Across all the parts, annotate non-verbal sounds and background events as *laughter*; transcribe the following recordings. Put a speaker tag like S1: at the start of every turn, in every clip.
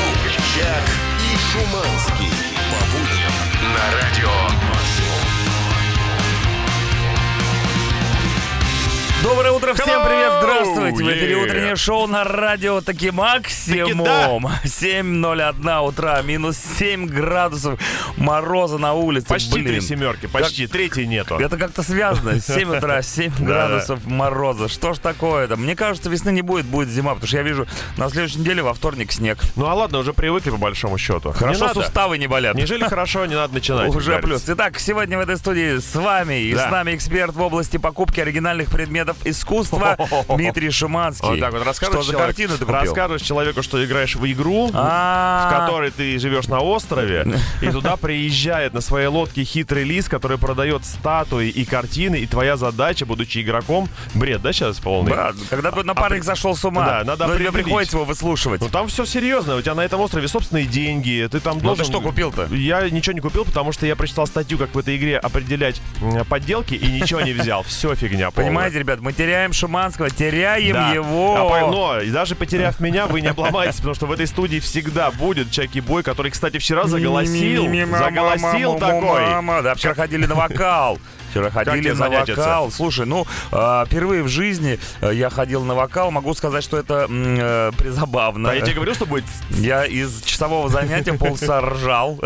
S1: Собчак и Шуманский. По будням на радио.
S2: Доброе утро, всем
S3: Hello,
S2: привет, здравствуйте! В эфире
S3: yeah.
S2: утреннее шоу на радио таки максимум. 7.01 утра, минус 7 градусов мороза на улице.
S3: Почти
S2: Блин.
S3: три семерки, почти третьей нету.
S2: Это как-то
S3: *laughs*
S2: связано. 7 утра, 7 градусов мороза. Что ж такое-то? Мне кажется, весны не будет, будет зима, потому что я вижу на следующей неделе во вторник снег.
S3: Ну а ладно, уже привыкли по большому счету.
S2: Хорошо,
S3: не надо.
S2: суставы не болят.
S3: Не жили хорошо, не надо начинать. как
S2: Уже
S3: говорится.
S2: плюс. Итак, сегодня в этой студии с вами и
S3: Да.
S2: с нами эксперт в области покупки оригинальных предметов
S3: *laughs*
S2: искусства Дмитрий Шиманский.
S3: Вот так вот расскажешь
S2: Что за
S3: человеку-
S2: картину ты купил?
S3: Расскажешь человеку, что играешь в игру, в
S2: А,
S3: которой ты живешь на острове, и туда приезжает на своей лодке хитрый лис, который продает статуи и картины, и твоя задача, будучи игроком, бред, да, сейчас полный?
S2: брат, когда твой напарник зашел с ума,
S3: А, Да, надо
S2: но тебе
S3: определить.
S2: приходится его выслушивать.
S3: Ну там все серьезно, у тебя на этом острове собственные деньги, ты там
S2: Ну
S3: должен...
S2: ты что купил-то?
S3: Я ничего не купил, потому что я прочитал статью, как в этой игре определять м, подделки, и ничего
S2: *laughs*
S3: не взял. Все фигня полная.
S2: Понимаете, ребят, мы теряем Шуманского, теряем
S3: Да. А по-
S2: его.
S3: Но и даже потеряв меня, вы не обломаетесь, потому что в этой студии всегда будет Чаки Бой, который, кстати, вчера заголосил.
S2: Ми-ми-ми-ми-ма-ма-ма-ма-ма-ма.
S3: Заголосил такой.
S2: Да, вчера ходили на вокал. Вчера ходили
S3: тебе
S2: на
S3: занятица?
S2: вокал. Слушай, ну, э, впервые в жизни э, я ходил на вокал. Могу сказать, что это м, э, призабавно.
S3: А я тебе говорил, что будет...
S2: Я из часового занятия полчаса
S3: *laughs*
S2: ржал.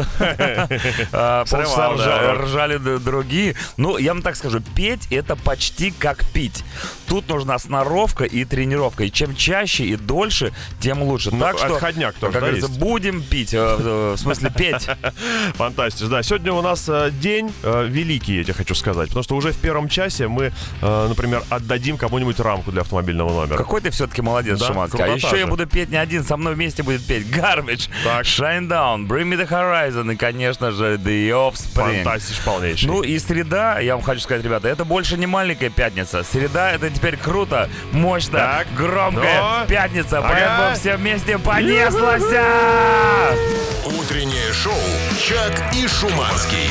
S2: А, Полчаса
S3: Срывал,
S2: ржа-
S3: да.
S2: ржали д- другие. Ну, я вам так скажу, петь это почти как пить. Тут нужна сноровка и тренировка. И чем чаще и дольше, тем лучше.
S3: Ну,
S2: Так что,
S3: отходняк тоже,
S2: как
S3: да,
S2: говорится,
S3: есть?
S2: будем пить. э, э, В смысле, петь.
S3: Фантастика. Да, сегодня у нас э, день э, великий, я тебе хочу сказать. Потому что уже в первом часе мы, э, например, отдадим кому-нибудь рамку для автомобильного номера.
S2: Какой ты все-таки молодец,
S3: Да,
S2: Шуманский. А
S3: крутота
S2: еще я
S3: же.
S2: буду петь не один, со мной вместе будет петь Garbage,
S3: Так.
S2: Shine Down, Bring Me The Horizon и, конечно же, The Offspring.
S3: Фантастич полнейший.
S2: Ну и среда, я вам хочу сказать, ребята, это больше не маленькая пятница. Среда это теперь круто, мощно,
S3: Так.
S2: громкая
S3: Ну.
S2: пятница.
S3: Ага.
S2: Поэтому все вместе понеслось!
S1: Утреннее шоу «Чак и Шуманский».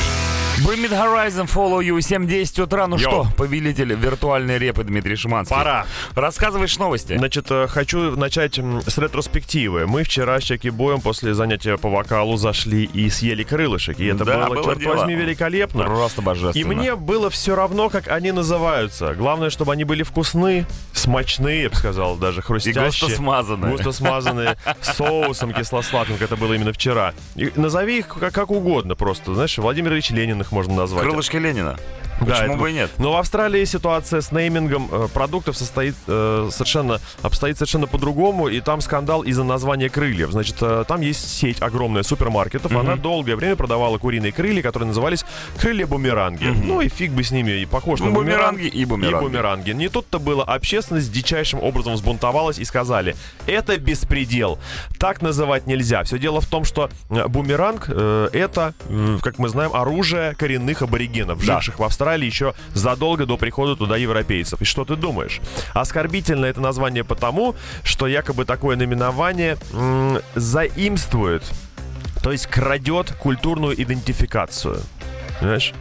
S2: Bring Me The Horizon, Follow You, 7.10 утра. Ну
S3: Йо.
S2: что, повелитель виртуальной репы Дмитрий Шиманский.
S3: Пора.
S2: Рассказываешь новости.
S3: Значит, э, хочу начать м, с ретроспективы. Мы вчера с Чаки Боем после занятия по вокалу зашли и съели крылышек. И это
S2: Да,
S3: было,
S2: было
S3: черт
S2: дело.
S3: возьми, великолепно.
S2: Просто
S3: И
S2: божественно.
S3: мне было все равно, как они называются. Главное, чтобы они были вкусны, смачные, я бы сказал, даже
S2: И
S3: хрустящие.
S2: густо смазанное.
S3: Густо смазанные
S2: *laughs*
S3: соусом кисло-сладким, как это было именно вчера. И назови их как, как угодно просто. Знаешь, Владимир Ильич Ленин их можно назвать.
S2: Крылышки Ленина.
S3: Да,
S2: Почему
S3: это-
S2: бы и нет?
S3: Но в Австралии ситуация с неймингом э, продуктов состоит э, совершенно обстоит совершенно по-другому, и там скандал из-за названия крыльев. Значит, э, там есть сеть огромная супермаркетов, она долгое время продавала куриные крылья, которые назывались крылья бумеранги. Ну и фиг бы с ними, и похож на
S2: Ну,
S3: бумеранг,
S2: бумеранги и бумеранги.
S3: И бумеранги. Не тут-то было. Общественность дичайшим образом взбунтовалась и сказали, это беспредел. Так называть нельзя. Все дело в том, что э, бумеранг э, это, м, как мы знаем, оружие коренных аборигенов,
S2: Да.
S3: живших в Австралии еще задолго до прихода туда европейцев. И что ты думаешь? Оскорбительно это название потому, что якобы такое наименование м, заимствует, то есть крадет культурную идентификацию. Понимаешь?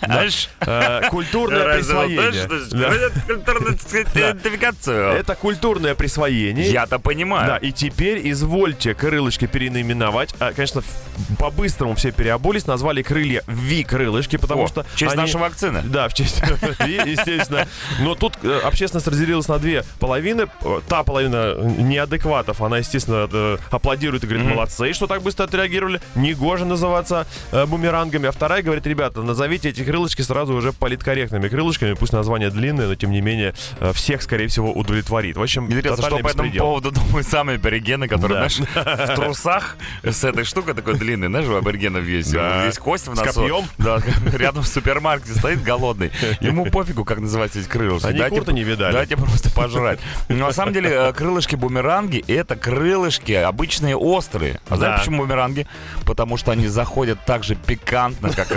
S2: Дальше.
S3: Э, Культурное присвоение. Да. *laughs*
S2: Идентификацию.
S3: Это культурное присвоение.
S2: Я-то понимаю.
S3: Да, и теперь извольте крылышки перенаименовать. А, конечно, в- по-быстрому все переобулись, назвали крылья Ви-крылышки, потому
S2: О,
S3: что
S2: в честь
S3: они-
S2: нашей вакцины.
S3: Да, в честь *laughs* Ви, естественно. Но тут э, общественность разделилась на две половины. Э, Та половина неадекватов, она, естественно, э, аплодирует и говорит, молодцы, что так быстро отреагировали. Негоже называться э, бумерангами. А вторая говорит, ребята, назовите эти крылышки сразу уже политкорректными крылышками. Пусть название длинное, но, тем не менее, э, всех, скорее всего, удовлетворит. В общем,
S2: Интересно, что
S3: тотальный
S2: по этому
S3: беспредел.
S2: поводу *laughs* думают сами аборигены, которые,
S3: Да.
S2: знаешь, в трусах с этой штукой такой длинной, знаешь, у аборигенов есть.
S3: Да.
S2: Есть кость в
S3: С
S2: носу.
S3: копьем?
S2: *laughs* Да, рядом в супермаркете стоит голодный. Ему пофигу, как называть эти крылышки.
S3: Они
S2: Дайте-
S3: курта не видали.
S2: Дайте типа просто пожрать. Но на самом деле э, крылышки-бумеранги — это крылышки обычные острые. А знаете,
S3: Да.
S2: почему бумеранги? Потому что они заходят так же пикантно, как и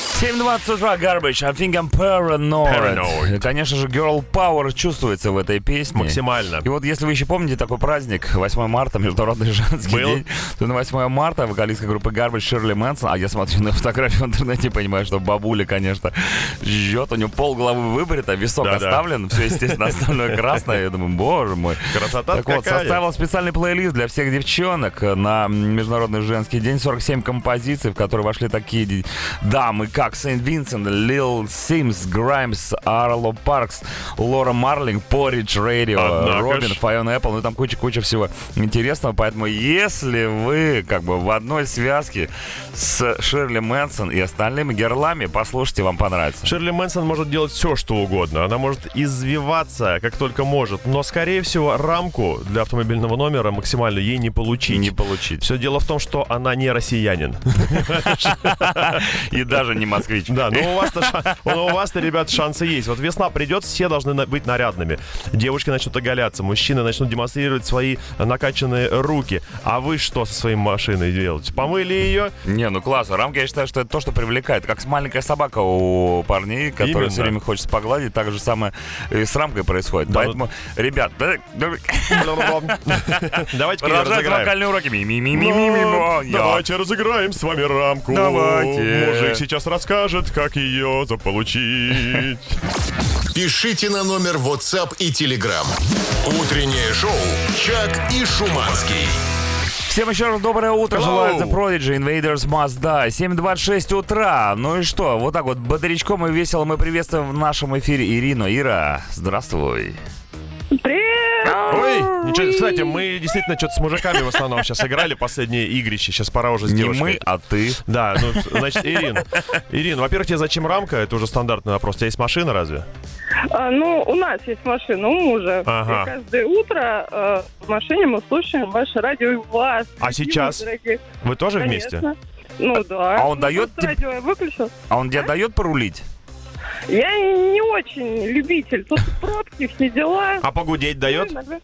S2: 7.20 утра, Garbage, I think I'm paranoid.
S3: Paranoid.
S2: Конечно же, Girl Power чувствуется в этой песне. *laughs*
S3: Максимально.
S2: И вот если вы еще помните такой праздник, 8 марта, Международный женский
S3: Был.
S2: день, то на 8 марта вокалистка группы Garbage Ширли Мэнсон, а я смотрю на фотографию в интернете и понимаю, что бабуля, конечно, жжет, у нее пол головы выбрита, висок
S3: Да-да.
S2: оставлен, все, естественно, остальное красное. Я думаю, боже мой.
S3: Красота
S2: Так вот,
S3: какая.
S2: составил специальный плейлист для всех девчонок на Международный женский день. 47 композиций, в которые вошли такие ди- дамы, как Сент Винсент, Лил Симс, Граймс, Арло Паркс, Лора Марлинг, Поридж Радио,
S3: Однако
S2: Робин,
S3: ж.
S2: Файон Apple. Ну, там куча-куча всего интересного. Поэтому, если вы как бы в одной связке с Ширли Мэнсон и остальными герлами, послушайте, вам понравится.
S3: Ширли Мэнсон может делать все, что угодно. Она может извиваться, как только может. Но, скорее всего, рамку для автомобильного номера максимально ей не получить.
S2: Не получить. *laughs*
S3: Все дело в том, что она не россиянин. *laughs*
S2: И даже не москвич.
S3: Да, ну, но у вас-то, ша- но у вас-то, ребят, шансы есть. Вот весна придет, все должны на- быть нарядными. Девушки начнут оголяться, мужчины начнут демонстрировать свои накачанные руки. А вы что со своей машиной делаете? Помыли ее?
S2: Не, ну классно. Рамки, я считаю, что это то, что привлекает. Как с маленькая собака у парней,
S3: Именно.
S2: которая все время хочется погладить, так же самое и с рамкой происходит.
S3: Да,
S2: Поэтому, ребят, да- да-
S3: Давайте-ка её
S2: продолжайте
S3: разыграем. Ну,
S2: вокальные уроки. Ми-ми-ми-ми-ми-ми. Я-
S3: Давайте разыграем с вами рамку.
S2: Давайте.
S3: Мужик сейчас расскажет, как ее заполучить.
S1: Пишите на номер WhatsApp и Telegram. Утреннее шоу «Чак и Шуманский».
S2: Всем еще раз доброе утро.
S3: Hello.
S2: Желаю The Prodigy, Invaders Must Die. 7.26 утра. Ну и что, вот так вот бодрячком и весело мы приветствуем в нашем эфире Ирину. Ира, здравствуй.
S4: Привет!
S3: Ой, ничего, кстати, мы действительно что-то с мужиками в основном сейчас играли последние игрища. Сейчас пора уже с
S2: Не
S3: девушкой.
S2: мы, а ты.
S3: Да, ну, значит, Ирин. Ирин, во-первых, тебе зачем рамка? Это уже стандартный вопрос. У тебя есть машина разве?
S4: А, ну, у нас есть машина, у мужа.
S3: Ага.
S4: И каждое утро э, в машине мы слушаем ваше радио и вас.
S3: А сейчас?
S4: дорогие.
S3: Вы тоже вместе?
S4: Конечно. Ну да.
S2: а он
S4: Ну,
S2: дает
S4: просто
S2: тебе-
S4: радио я выключил.
S2: А он тебе дает
S3: *laughs*
S2: порулить?
S4: Я не очень любитель. Тут пробки, все дела.
S3: А погудеть дает?
S4: Иногда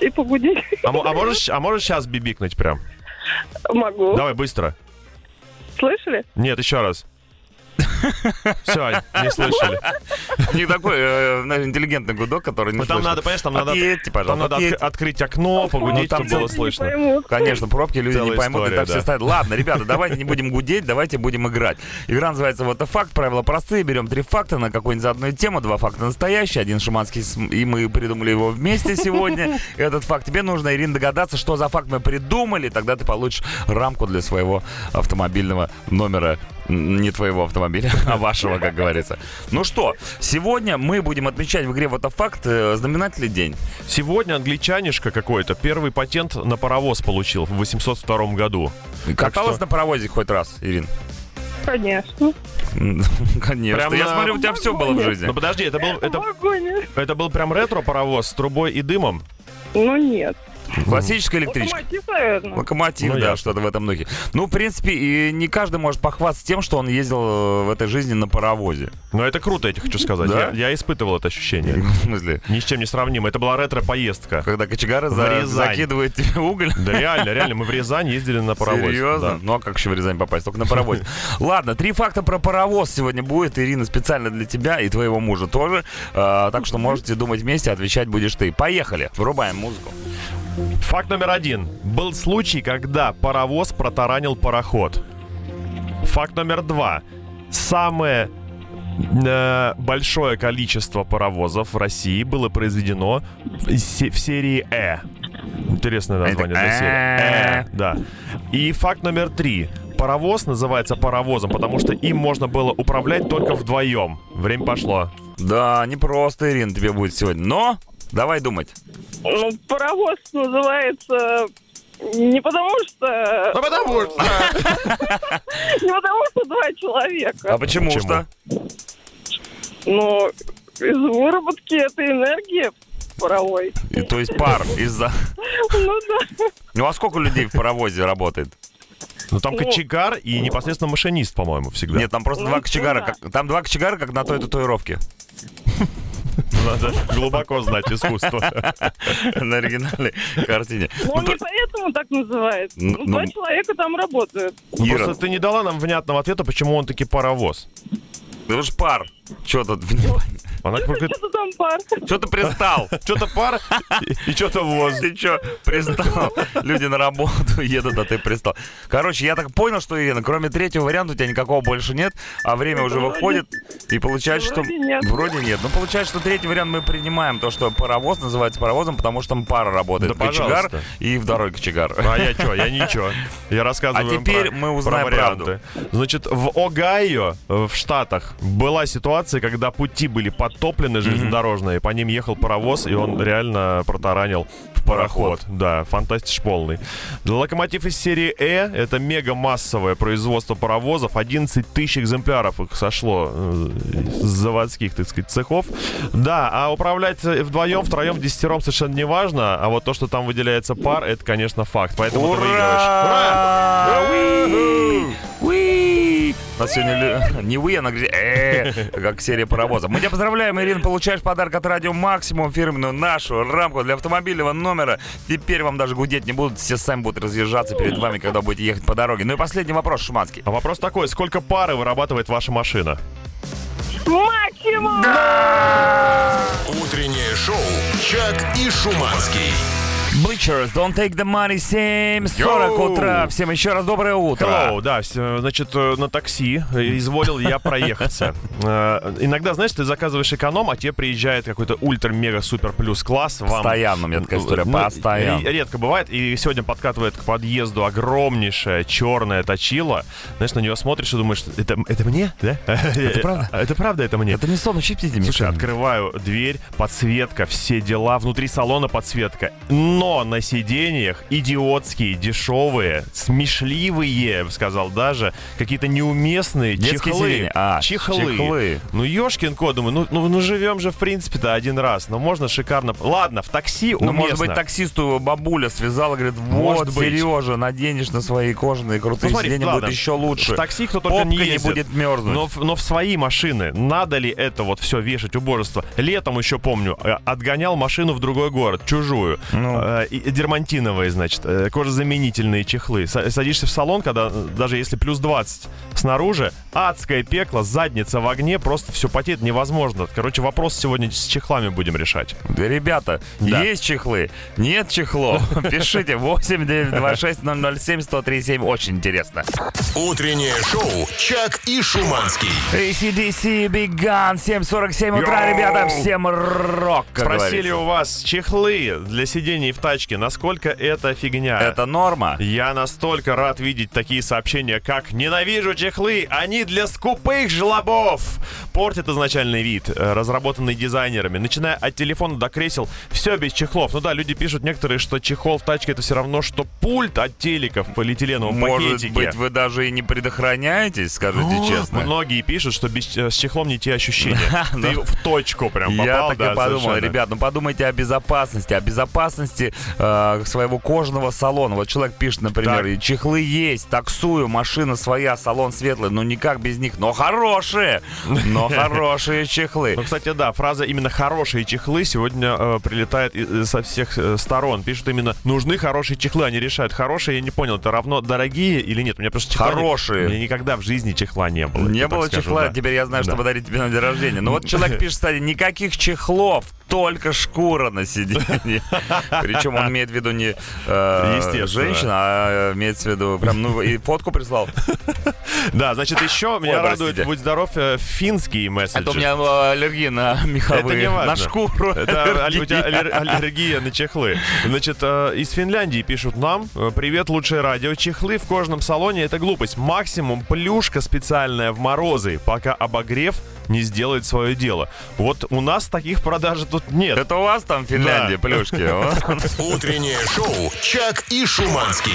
S4: И погудеть
S3: А, мо- а можешь, а можешь сейчас бибикнуть прям?
S4: *laughs* могу.
S3: Давай быстро.
S4: Слышали?
S3: Нет, еще раз. Все, не слышали.
S2: Не такой э, знаешь, интеллигентный гудок, который не
S3: Ну там
S2: слышно.
S3: надо, понимаешь, там надо,
S2: Отъедьте,
S3: там
S2: пожалуйста,
S3: надо отк-
S2: отъедьте.
S3: открыть окно,
S4: Ой,
S3: погудеть,
S2: там
S3: чтобы
S4: я
S3: Ну, было
S4: даже не
S3: слышно.
S4: пойму.
S2: Конечно, пробки люди
S3: Целая
S2: не поймут,
S3: история,
S2: и так
S3: да.
S2: все ставят. Ладно, ребята, давайте не будем гудеть, давайте будем играть. Игра называется «Вот это факт». Правила простые. Берем три факта на какую-нибудь одну тему. Два факта настоящие, один шуманский, см- и мы придумали его вместе сегодня.
S3: *laughs*
S2: Этот факт тебе нужно, Ирина, догадаться, что за факт мы придумали. Тогда ты получишь рамку для своего автомобильного номера. М, Не твоего автомобиля, *laughs* а вашего, как говорится. Ну что, сегодня мы будем отмечать в игре «Вот это факт» э, знаменательный день.
S3: Сегодня англичанишка какой-то первый патент на паровоз получил в 802 году. Так
S2: Каталась
S3: что-
S2: на паровозе хоть раз, Ирин?
S4: Конечно.
S2: М, *laughs* Конечно.
S3: Прям
S2: Я
S3: на-
S2: смотрю, у тебя все было в жизни.
S3: Ну подожди, это был, это,
S4: Вагоне.
S3: это был прям ретро-паровоз с трубой и дымом.
S4: Ну нет.
S2: Классическая электричка.
S4: Локомотив, наверное.
S2: Локомотив,
S3: Ну,
S2: да,
S3: ясно.
S2: что-то в этом духе. Ну, в принципе, и не каждый может похвастаться тем, что он ездил э, в этой жизни на паровозе. *laughs*
S3: Но Ну, это круто, я тебе хочу сказать.
S2: Да?
S3: Я, я испытывал
S2: *laughs*
S3: это ощущение.
S2: В смысле,
S3: Ни с чем не сравнимо. Это была ретро-поездка.
S2: когда кочегары
S3: В
S2: за-
S3: Рязань.
S2: закидывают тебе уголь.
S3: *laughs* Да реально, реально, мы в Рязань ездили на паровозе.
S2: Серьезно? Ну, а как еще в Рязань попасть? Только на
S3: *laughs*
S2: паровозе. Ладно, три факта про паровоз сегодня будет, Ирина, специально для тебя и твоего мужа тоже. А, Так что можете думать вместе, отвечать будешь ты. Поехали, врубаем музыку.
S3: Факт номер один. Был случай, когда паровоз протаранил пароход. Факт номер два. Самое э, большое количество паровозов в России было произведено в, се- в серии Э. Интересное
S2: Это
S3: название для серии.
S2: «Э».
S3: Э, да. И факт номер три. Паровоз называется паровозом, потому что им можно было управлять только вдвоем. Время пошло.
S2: Да, не просто, Ирина, тебе будет сегодня. Но давай думать.
S4: Ну, паровоз называется не потому что...
S2: Ну,
S3: потому что...
S4: Не потому что два
S2: А
S4: человека.
S2: почему,
S3: Почему?
S2: что?
S4: Но из выработки этой энергии паровой.
S2: И, то есть пар из-за...
S4: Ну да.
S2: Ну а сколько людей в паровозе работает?
S3: Ну там
S4: Ну.
S3: кочегар и непосредственно машинист, по-моему, всегда.
S2: Нет, там просто
S4: Ну,
S2: два
S4: ну
S2: кочегара.
S4: да.
S2: как- Там два кочегара, как на той татуировке.
S3: Надо глубоко знать искусство.
S2: *laughs* на оригинальной картине.
S4: Но
S2: Ну,
S4: он не поэтому так называет.
S2: Ну,
S4: Два
S2: ну.
S4: человека там работают.
S3: Ну,
S2: Ира.
S3: Просто ты не дала нам внятного ответа, почему он таки паровоз.
S2: Ты ж пар. Че тут внимание?
S3: Она
S2: Ну,
S3: говорит,
S4: Что-то там пар.
S2: Че ты пристал?
S3: что-то пара и что-то воз.
S2: Ты че, пристал? Люди на работу *laughs* едут, а ты пристал. Короче, я так понял, что, Ирина, кроме третьего варианта у тебя никакого больше нет, а время уже
S4: Вроде-
S2: выходит, и получается, что...
S4: вроде нет.
S2: Вроде нет. Ну, получается, что третий вариант мы принимаем, то, что паровоз называется паровозом, потому что там пара работает.
S3: Да,
S2: кочегар
S3: пожалуйста.
S2: и второй кочегар.
S3: А я что? Я ничего. Я рассказываю.
S2: А
S3: им
S2: теперь
S3: про-
S2: мы узнаем
S3: про варианты. Значит, в Огайо, э, в Штатах, была ситуация, когда пути были подтоплены железнодорожные, по ним ехал паровоз, и он реально протаранил пароход. Да, фантастич полный. Локомотив из серии Э — это мега массовое производство паровозов. 11 тысяч экземпляров их сошло э, из заводских, так сказать, цехов. Да, а управлять э, вдвоем, втроем, десятером совершенно не важно, а вот то, что там выделяется пар, это, конечно, факт. Поэтому ты выигрываешь.
S2: Ура! Уи! Уи! У нас сегодня лю- *laughs* не вы, она говорит, «Э», как серия паровоза. Мы тебя поздравляем, Ирина, получаешь подарок от Радио Максимум, фирменную нашу рамку для автомобильного номера. Теперь вам даже гудеть не будут, все сами будут разъезжаться перед вами, когда будете ехать по дороге. Ну и последний вопрос, Шуманский.
S3: А вопрос такой, сколько пары вырабатывает ваша машина?
S4: Максимум!
S1: Утреннее шоу «Чак и Шуманский».
S2: Bleachers, don't take the money, 7.40
S3: Йоу!
S2: утра. Всем еще раз доброе утро.
S3: Hello, да, с- э, значит, э, на такси э, изволил
S2: *laughs*
S3: я проехаться. Э, Иногда, знаешь, ты заказываешь эконом, а тебе приезжает какой-то ультра-мега-супер-плюс-класс. вам-
S2: Постоянно у меня такая история,
S3: Ну,
S2: постоянно.
S3: ре- Редко бывает, и сегодня подкатывает к подъезду огромнейшая черная точила. Знаешь, на нее смотришь и думаешь, это, это мне, да? Это
S2: правда?
S3: *laughs* Это правда, это мне?
S2: Это не сон, а щипните меня.
S3: Слушай, а открываю дверь, подсветка, все дела. Внутри салона подсветка. Но на сиденьях идиотские, дешевые, смешливые, я бы сказал даже, какие-то неуместные
S2: Детские
S3: чехлы.
S2: сиденья. А,
S3: чехлы.
S2: чехлы.
S3: Ну, ешкин кот, думаю, ну, ну, ну, живем же, в принципе-то, один раз. Но можно шикарно... Ладно, в такси
S2: Ну,
S3: уместно.
S2: может быть, таксисту бабуля связала, говорит, вот,
S3: Может быть.
S2: Сережа, наденешь на свои кожаные крутые
S3: Ну, смотри,
S2: сиденья,
S3: ладно.
S2: будет еще лучше.
S3: В такси кто только не
S2: Попка
S3: ездит.
S2: будет мерзнуть.
S3: Но, в- но в свои машины надо ли это вот все вешать убожество? Летом еще помню, э, отгонял машину в другой город, чужую.
S2: Ну.
S3: Э, и- и Дермантиновые, значит, э, кожезаменительные чехлы. Са- Садишься в салон, когда э, даже если плюс 20 снаружи, адское пекло, задница в огне, просто все потеет невозможно. Короче, вопрос сегодня с чехлами будем решать.
S2: Да, Ребята,
S3: Да. Ну.
S2: есть чехлы? Нет
S3: *laughs*
S2: чехлов? Пишите 8926-007-1037. Очень интересно.
S1: Утреннее шоу «Чак и Шуманский».
S2: ACDC Big Gun, 7.47 утра,
S3: Йоу!
S2: ребята, всем рок, как
S3: Спросили
S2: говорится.
S3: у вас чехлы для сидений в тачке, насколько это фигня?
S2: Это норма?
S3: Я настолько рад видеть такие сообщения, как «Ненавижу чехлы, они для скупых жлобов!» Портят изначальный вид, э, разработанный дизайнерами. Начиная от телефона до кресел, все без чехлов. Ну да, люди пишут некоторые, что чехол в тачке это все равно, что пульт от телека в полиэтиленовом
S2: Может
S3: пакетике.
S2: быть, вы даже и не предохраняетесь,
S3: Ну,
S2: скажите честно.
S3: Многие пишут, что без, э, с чехлом не те ощущения.
S2: *laughs*
S3: Ты
S2: ну.
S3: в точку прям попал.
S2: Я так
S3: да,
S2: и подумал,
S3: совершенно.
S2: ребят, ну подумайте о безопасности, о безопасности э, своего кожного салона. Вот человек пишет, например,
S3: Так.
S2: и чехлы есть, таксую, машина своя, салон светлый, ну никак без них, но хорошие,
S3: *laughs*
S2: но хорошие чехлы.
S3: Ну, кстати, да, фраза именно хорошие чехлы сегодня э, прилетает и- и со всех э, сторон. Пишут именно нужны хорошие чехлы, они решают хорошие. Я не понял, это равно дорогие или нет? У меня просто чехла не-
S2: Хорошие.
S3: У меня никогда в жизни чехла не было. Ну, я
S2: Не
S3: так
S2: было
S3: скажу,
S2: чехла,
S3: да.
S2: теперь я знаю, что
S3: Да.
S2: подарить тебе на день рождения. Ну вот
S3: *laughs*
S2: человек пишет, кстати, никаких чехлов, только шкура на
S3: *laughs*
S2: сиденье. Причем он имеет в виду не э,
S3: Естественно.
S2: женщина, а э, имеет в виду прям, ну и фотку прислал.
S3: Да, значит, еще меня радует,
S2: простите.
S3: будь здоров, э, финский месседж.
S2: Это А у меня была аллергия на
S3: Это
S2: меховые,
S3: не важно.
S2: на шкуру.
S3: Это аллер- у тебя
S2: *laughs* аллергия.
S3: аллер- аллергия на чехлы. Значит, э, из Финляндии пишут нам. э, Привет, лучшее радио. Чехлы в кожном салоне — это глупость. Максимум плюшка специальная в морозы, пока обогрев не сделает свое дело. Вот у нас таких в продаже тут нет.
S2: Это у вас там в
S3: *laughs*
S2: Финляндии
S3: Да.
S2: плюшки?
S1: Утреннее шоу «Чак и Шуманский».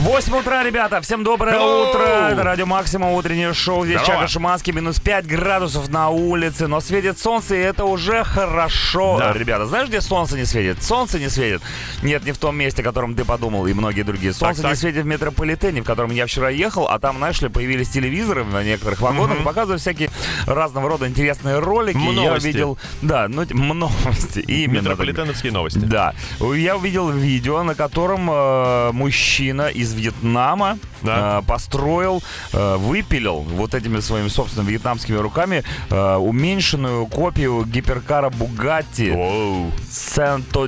S2: 8 утра, ребята. Всем доброе
S3: Hello.
S2: утро. Это Радио Максимум, утреннее шоу. Здесь
S3: Здорово.
S2: Чака Шуманский, минус 5 градусов на улице. Но светит солнце, и это уже хорошо.
S3: Да.
S2: Э, Ребята, знаешь, где солнце не светит? Солнце не светит. Нет, не в том месте, о котором ты подумал, и многие другие. Солнце не
S3: так.
S2: светит в метрополитене, в котором я вчера ехал, а там, знаешь ли, появились телевизоры на некоторых вагонах, и показывают всякие разного рода интересные ролики. И
S3: Новости.
S2: Я видел, да, ну, т- *laughs* новости. Именно. так.
S3: Метрополитеновские новости.
S2: Да. Я увидел видео, на котором э, мужчина из Вьетнама
S3: Да.
S2: э, построил, э, выпилил вот этими своими собственными вьетнамскими руками э, уменьшенную копию гиперкара Бугатти
S3: Оу.
S2: Санто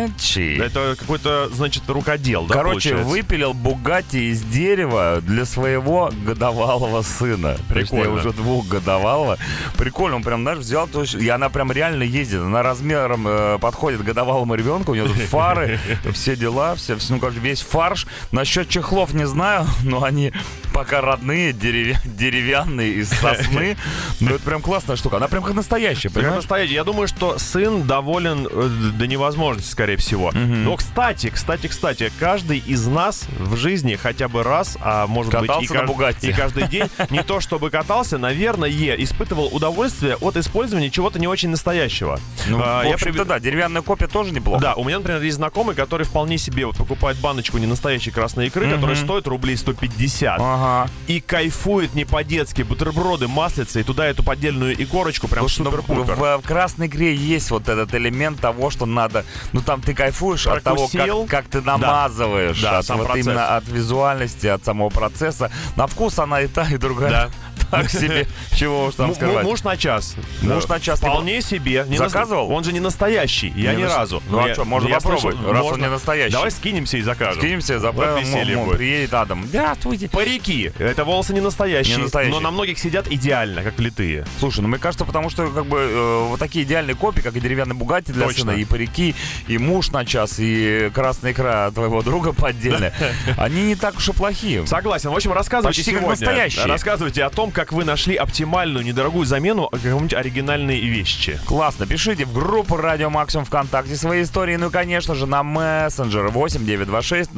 S2: Диенчи.
S3: Это какой-то, значит, рукодел, да,
S2: Короче,
S3: получается?
S2: выпилил Бугатти из дерева для своего годовалого сына. Прикольно.
S3: Прикольно.
S2: уже двух годовалого. Прикольно, он прям, знаешь, взял, то есть, и она прям реально ездит. Она размером э, подходит к годовалому ребенку, у нее тут
S3: *laughs*
S2: фары, все дела, все, все, ну как весь фарш. Насчет чехлов не знаю, но они пока родные, деревя- деревянные, из
S3: *laughs*
S2: сосны. Но это прям классная штука. Она прям как настоящая,
S3: Как
S2: понимаешь?
S3: настоящий. Я думаю, что сын доволен э, до невозможности, скорее всего. Но, кстати, кстати, кстати, каждый из нас в жизни хотя бы раз, а может быть
S2: Катался
S3: и,
S2: на
S3: каж-
S2: «Бугатти».
S3: и каждый день, не то чтобы катался, наверное, испытывал удовольствие от использования чего-то не очень настоящего.
S2: Ну,
S3: А,
S2: в
S3: я
S2: общем-то,
S3: прив-
S2: да, деревянная копия тоже неплохо.
S3: Да, у меня, например, есть знакомый, который вполне себе вот покупает баночку ненастоящей красной икры, которая стоит рублей 150.
S2: Ага.
S3: И кайфует не по-детски бутерброды, маслица и туда эту поддельную икорочку прям
S2: Потому что
S3: супер-пупер.
S2: ну, В, в красной игре есть вот этот элемент того, что надо. Ну там ты кайфуешь от того,
S3: Прокусил.
S2: как, как ты намазываешь.
S3: Да,
S2: от,
S3: сам
S2: вот
S3: процесс.
S2: именно от визуальности, от самого процесса. На вкус она и та, и другая. *laughs* Так себе. Чего уж там
S3: М- м-
S2: сказать.
S3: Муж на час.
S2: Муж
S3: Да.
S2: на час не
S3: Вполне себе. Не
S2: Заказывал?
S3: наста- Он же не настоящий. Я
S2: Не
S3: ни
S2: на-
S3: разу.
S2: Ну,
S3: Но
S2: а
S3: я-
S2: что, можно
S3: я
S2: попробовать,
S3: слышал,
S2: раз он не настоящий.
S3: Давай скинемся и закажем.
S2: Скинемся,
S3: Вот
S2: заправим,
S3: веселье
S2: м- м-
S3: будет.
S2: приедет Адам. Здравствуйте.
S3: Парики. Это волосы не настоящие,
S2: Не настоящие.
S3: но на многих сидят идеально, как литые.
S2: Слушай, ну мне кажется, потому что как бы э, вот такие идеальные копии, как и деревянный Бугатти для сына,
S3: Точно.
S2: и парики, и муж на час, и красная икра твоего друга поддельная, они не так уж и плохие.
S3: Согласен. В общем, рассказывайте
S2: Почти как
S3: сегодня.
S2: настоящие.
S3: Рассказывайте о том, как вы нашли оптимальную недорогую замену какому-нибудь оригинальной вещи.
S2: Классно, пишите в группу Радио Максимум ВКонтакте свои истории, ну и, конечно же, на мессенджер 8926 007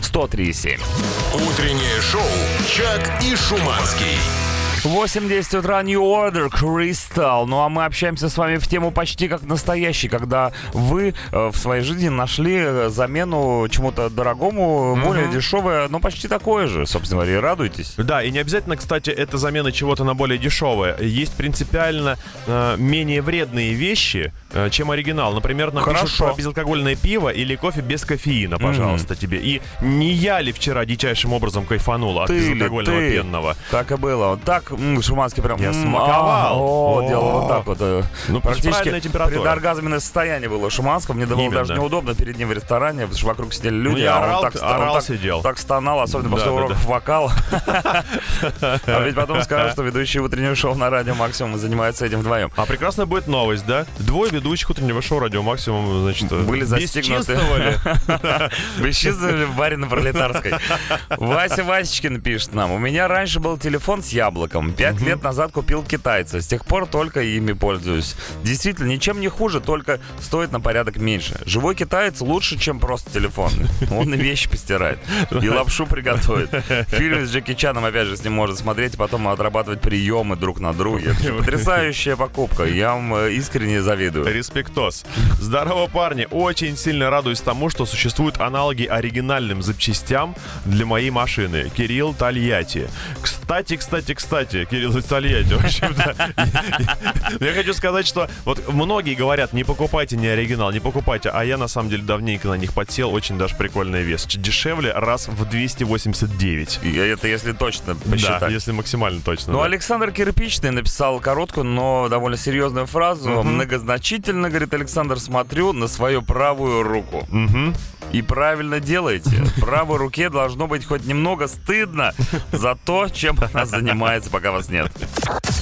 S2: 1037.
S1: Утреннее шоу «Чак и Шуманский».
S2: 8.10 утра New Order Crystal. Ну а мы общаемся с вами в тему почти как настоящий, когда вы э, в своей жизни нашли э, замену чему-то дорогому, более дешевое, но почти такое же, собственно говоря, и радуйтесь.
S3: Да, и не обязательно, кстати, это замена чего-то на более дешевое. Есть принципиально э, менее вредные вещи, э, чем оригинал. Например, нам пишут
S2: Хорошо.
S3: про безалкогольное пиво или кофе без кофеина, пожалуйста, тебе. И не я ли вчера дичайшим образом кайфанула от
S2: Ты ли,
S3: безалкогольного
S2: ты?
S3: пенного?
S2: Так и было. Вот так м, Шуманский прям...
S3: Я
S2: м,
S3: смаковал.
S2: а, О,
S3: О.
S2: делал вот так вот. э.
S3: Ну,
S2: Практически
S3: правильная температура.
S2: предоргазменное состояние было у Шуманского. Мне было
S3: Именно.
S2: даже неудобно перед ним в ресторане, потому что вокруг сидели люди.
S3: я
S2: а он
S3: орал,
S2: так, ст- он
S3: орал
S2: так-
S3: сидел.
S2: Так стонал, особенно
S3: Да,
S2: после
S3: да,
S2: уроков
S3: да. *laughs*
S2: вокала. А ведь потом скажут, что ведущие утреннего шоу на радио «Максимум» занимаются этим вдвоем.
S3: А прекрасная будет новость, да? Двое ведущих утреннего шоу «Радио Максимум», значит, э,
S2: Были застигнуты.
S3: бесчинствовали.
S2: Бесчинствовали в баре на Пролетарской. Вася Васечкин пишет нам. У меня раньше был телефон с яблоком. Пять лет назад купил китайца. С тех пор только ими пользуюсь. Действительно, ничем не хуже, только стоит на порядок меньше. Живой китаец лучше, чем просто телефон. Он и вещи постирает. И лапшу приготовит. Фильм с Джеки Чаном, опять же, с ним можно смотреть, и потом отрабатывать приемы друг на друге. Это же потрясающая покупка. Я вам э, искренне завидую.
S3: Респектос. Здорово, парни. Очень сильно радуюсь тому, что существуют аналоги оригинальным запчастям для моей машины. Кирилл Тольятти. Кстати, кстати, кстати, Кирилл из Тольятти. В общем-то, я хочу сказать, что вот многие говорят, не покупайте не оригинал, не покупайте, а я на самом деле давненько на них подсел, очень даже прикольный вес. Ч- Дешевле раз в 289.
S2: И Это если точно посчитать.
S3: Да, если максимально точно.
S2: Ну,
S3: да.
S2: Александр Кирпичный написал короткую, но довольно серьезную фразу. Многозначительно, говорит Александр, смотрю на свою правую руку.
S3: Мгм.
S2: И правильно делаете. В Правой руке должно быть хоть немного стыдно за то, чем она занимается, пока вас нет.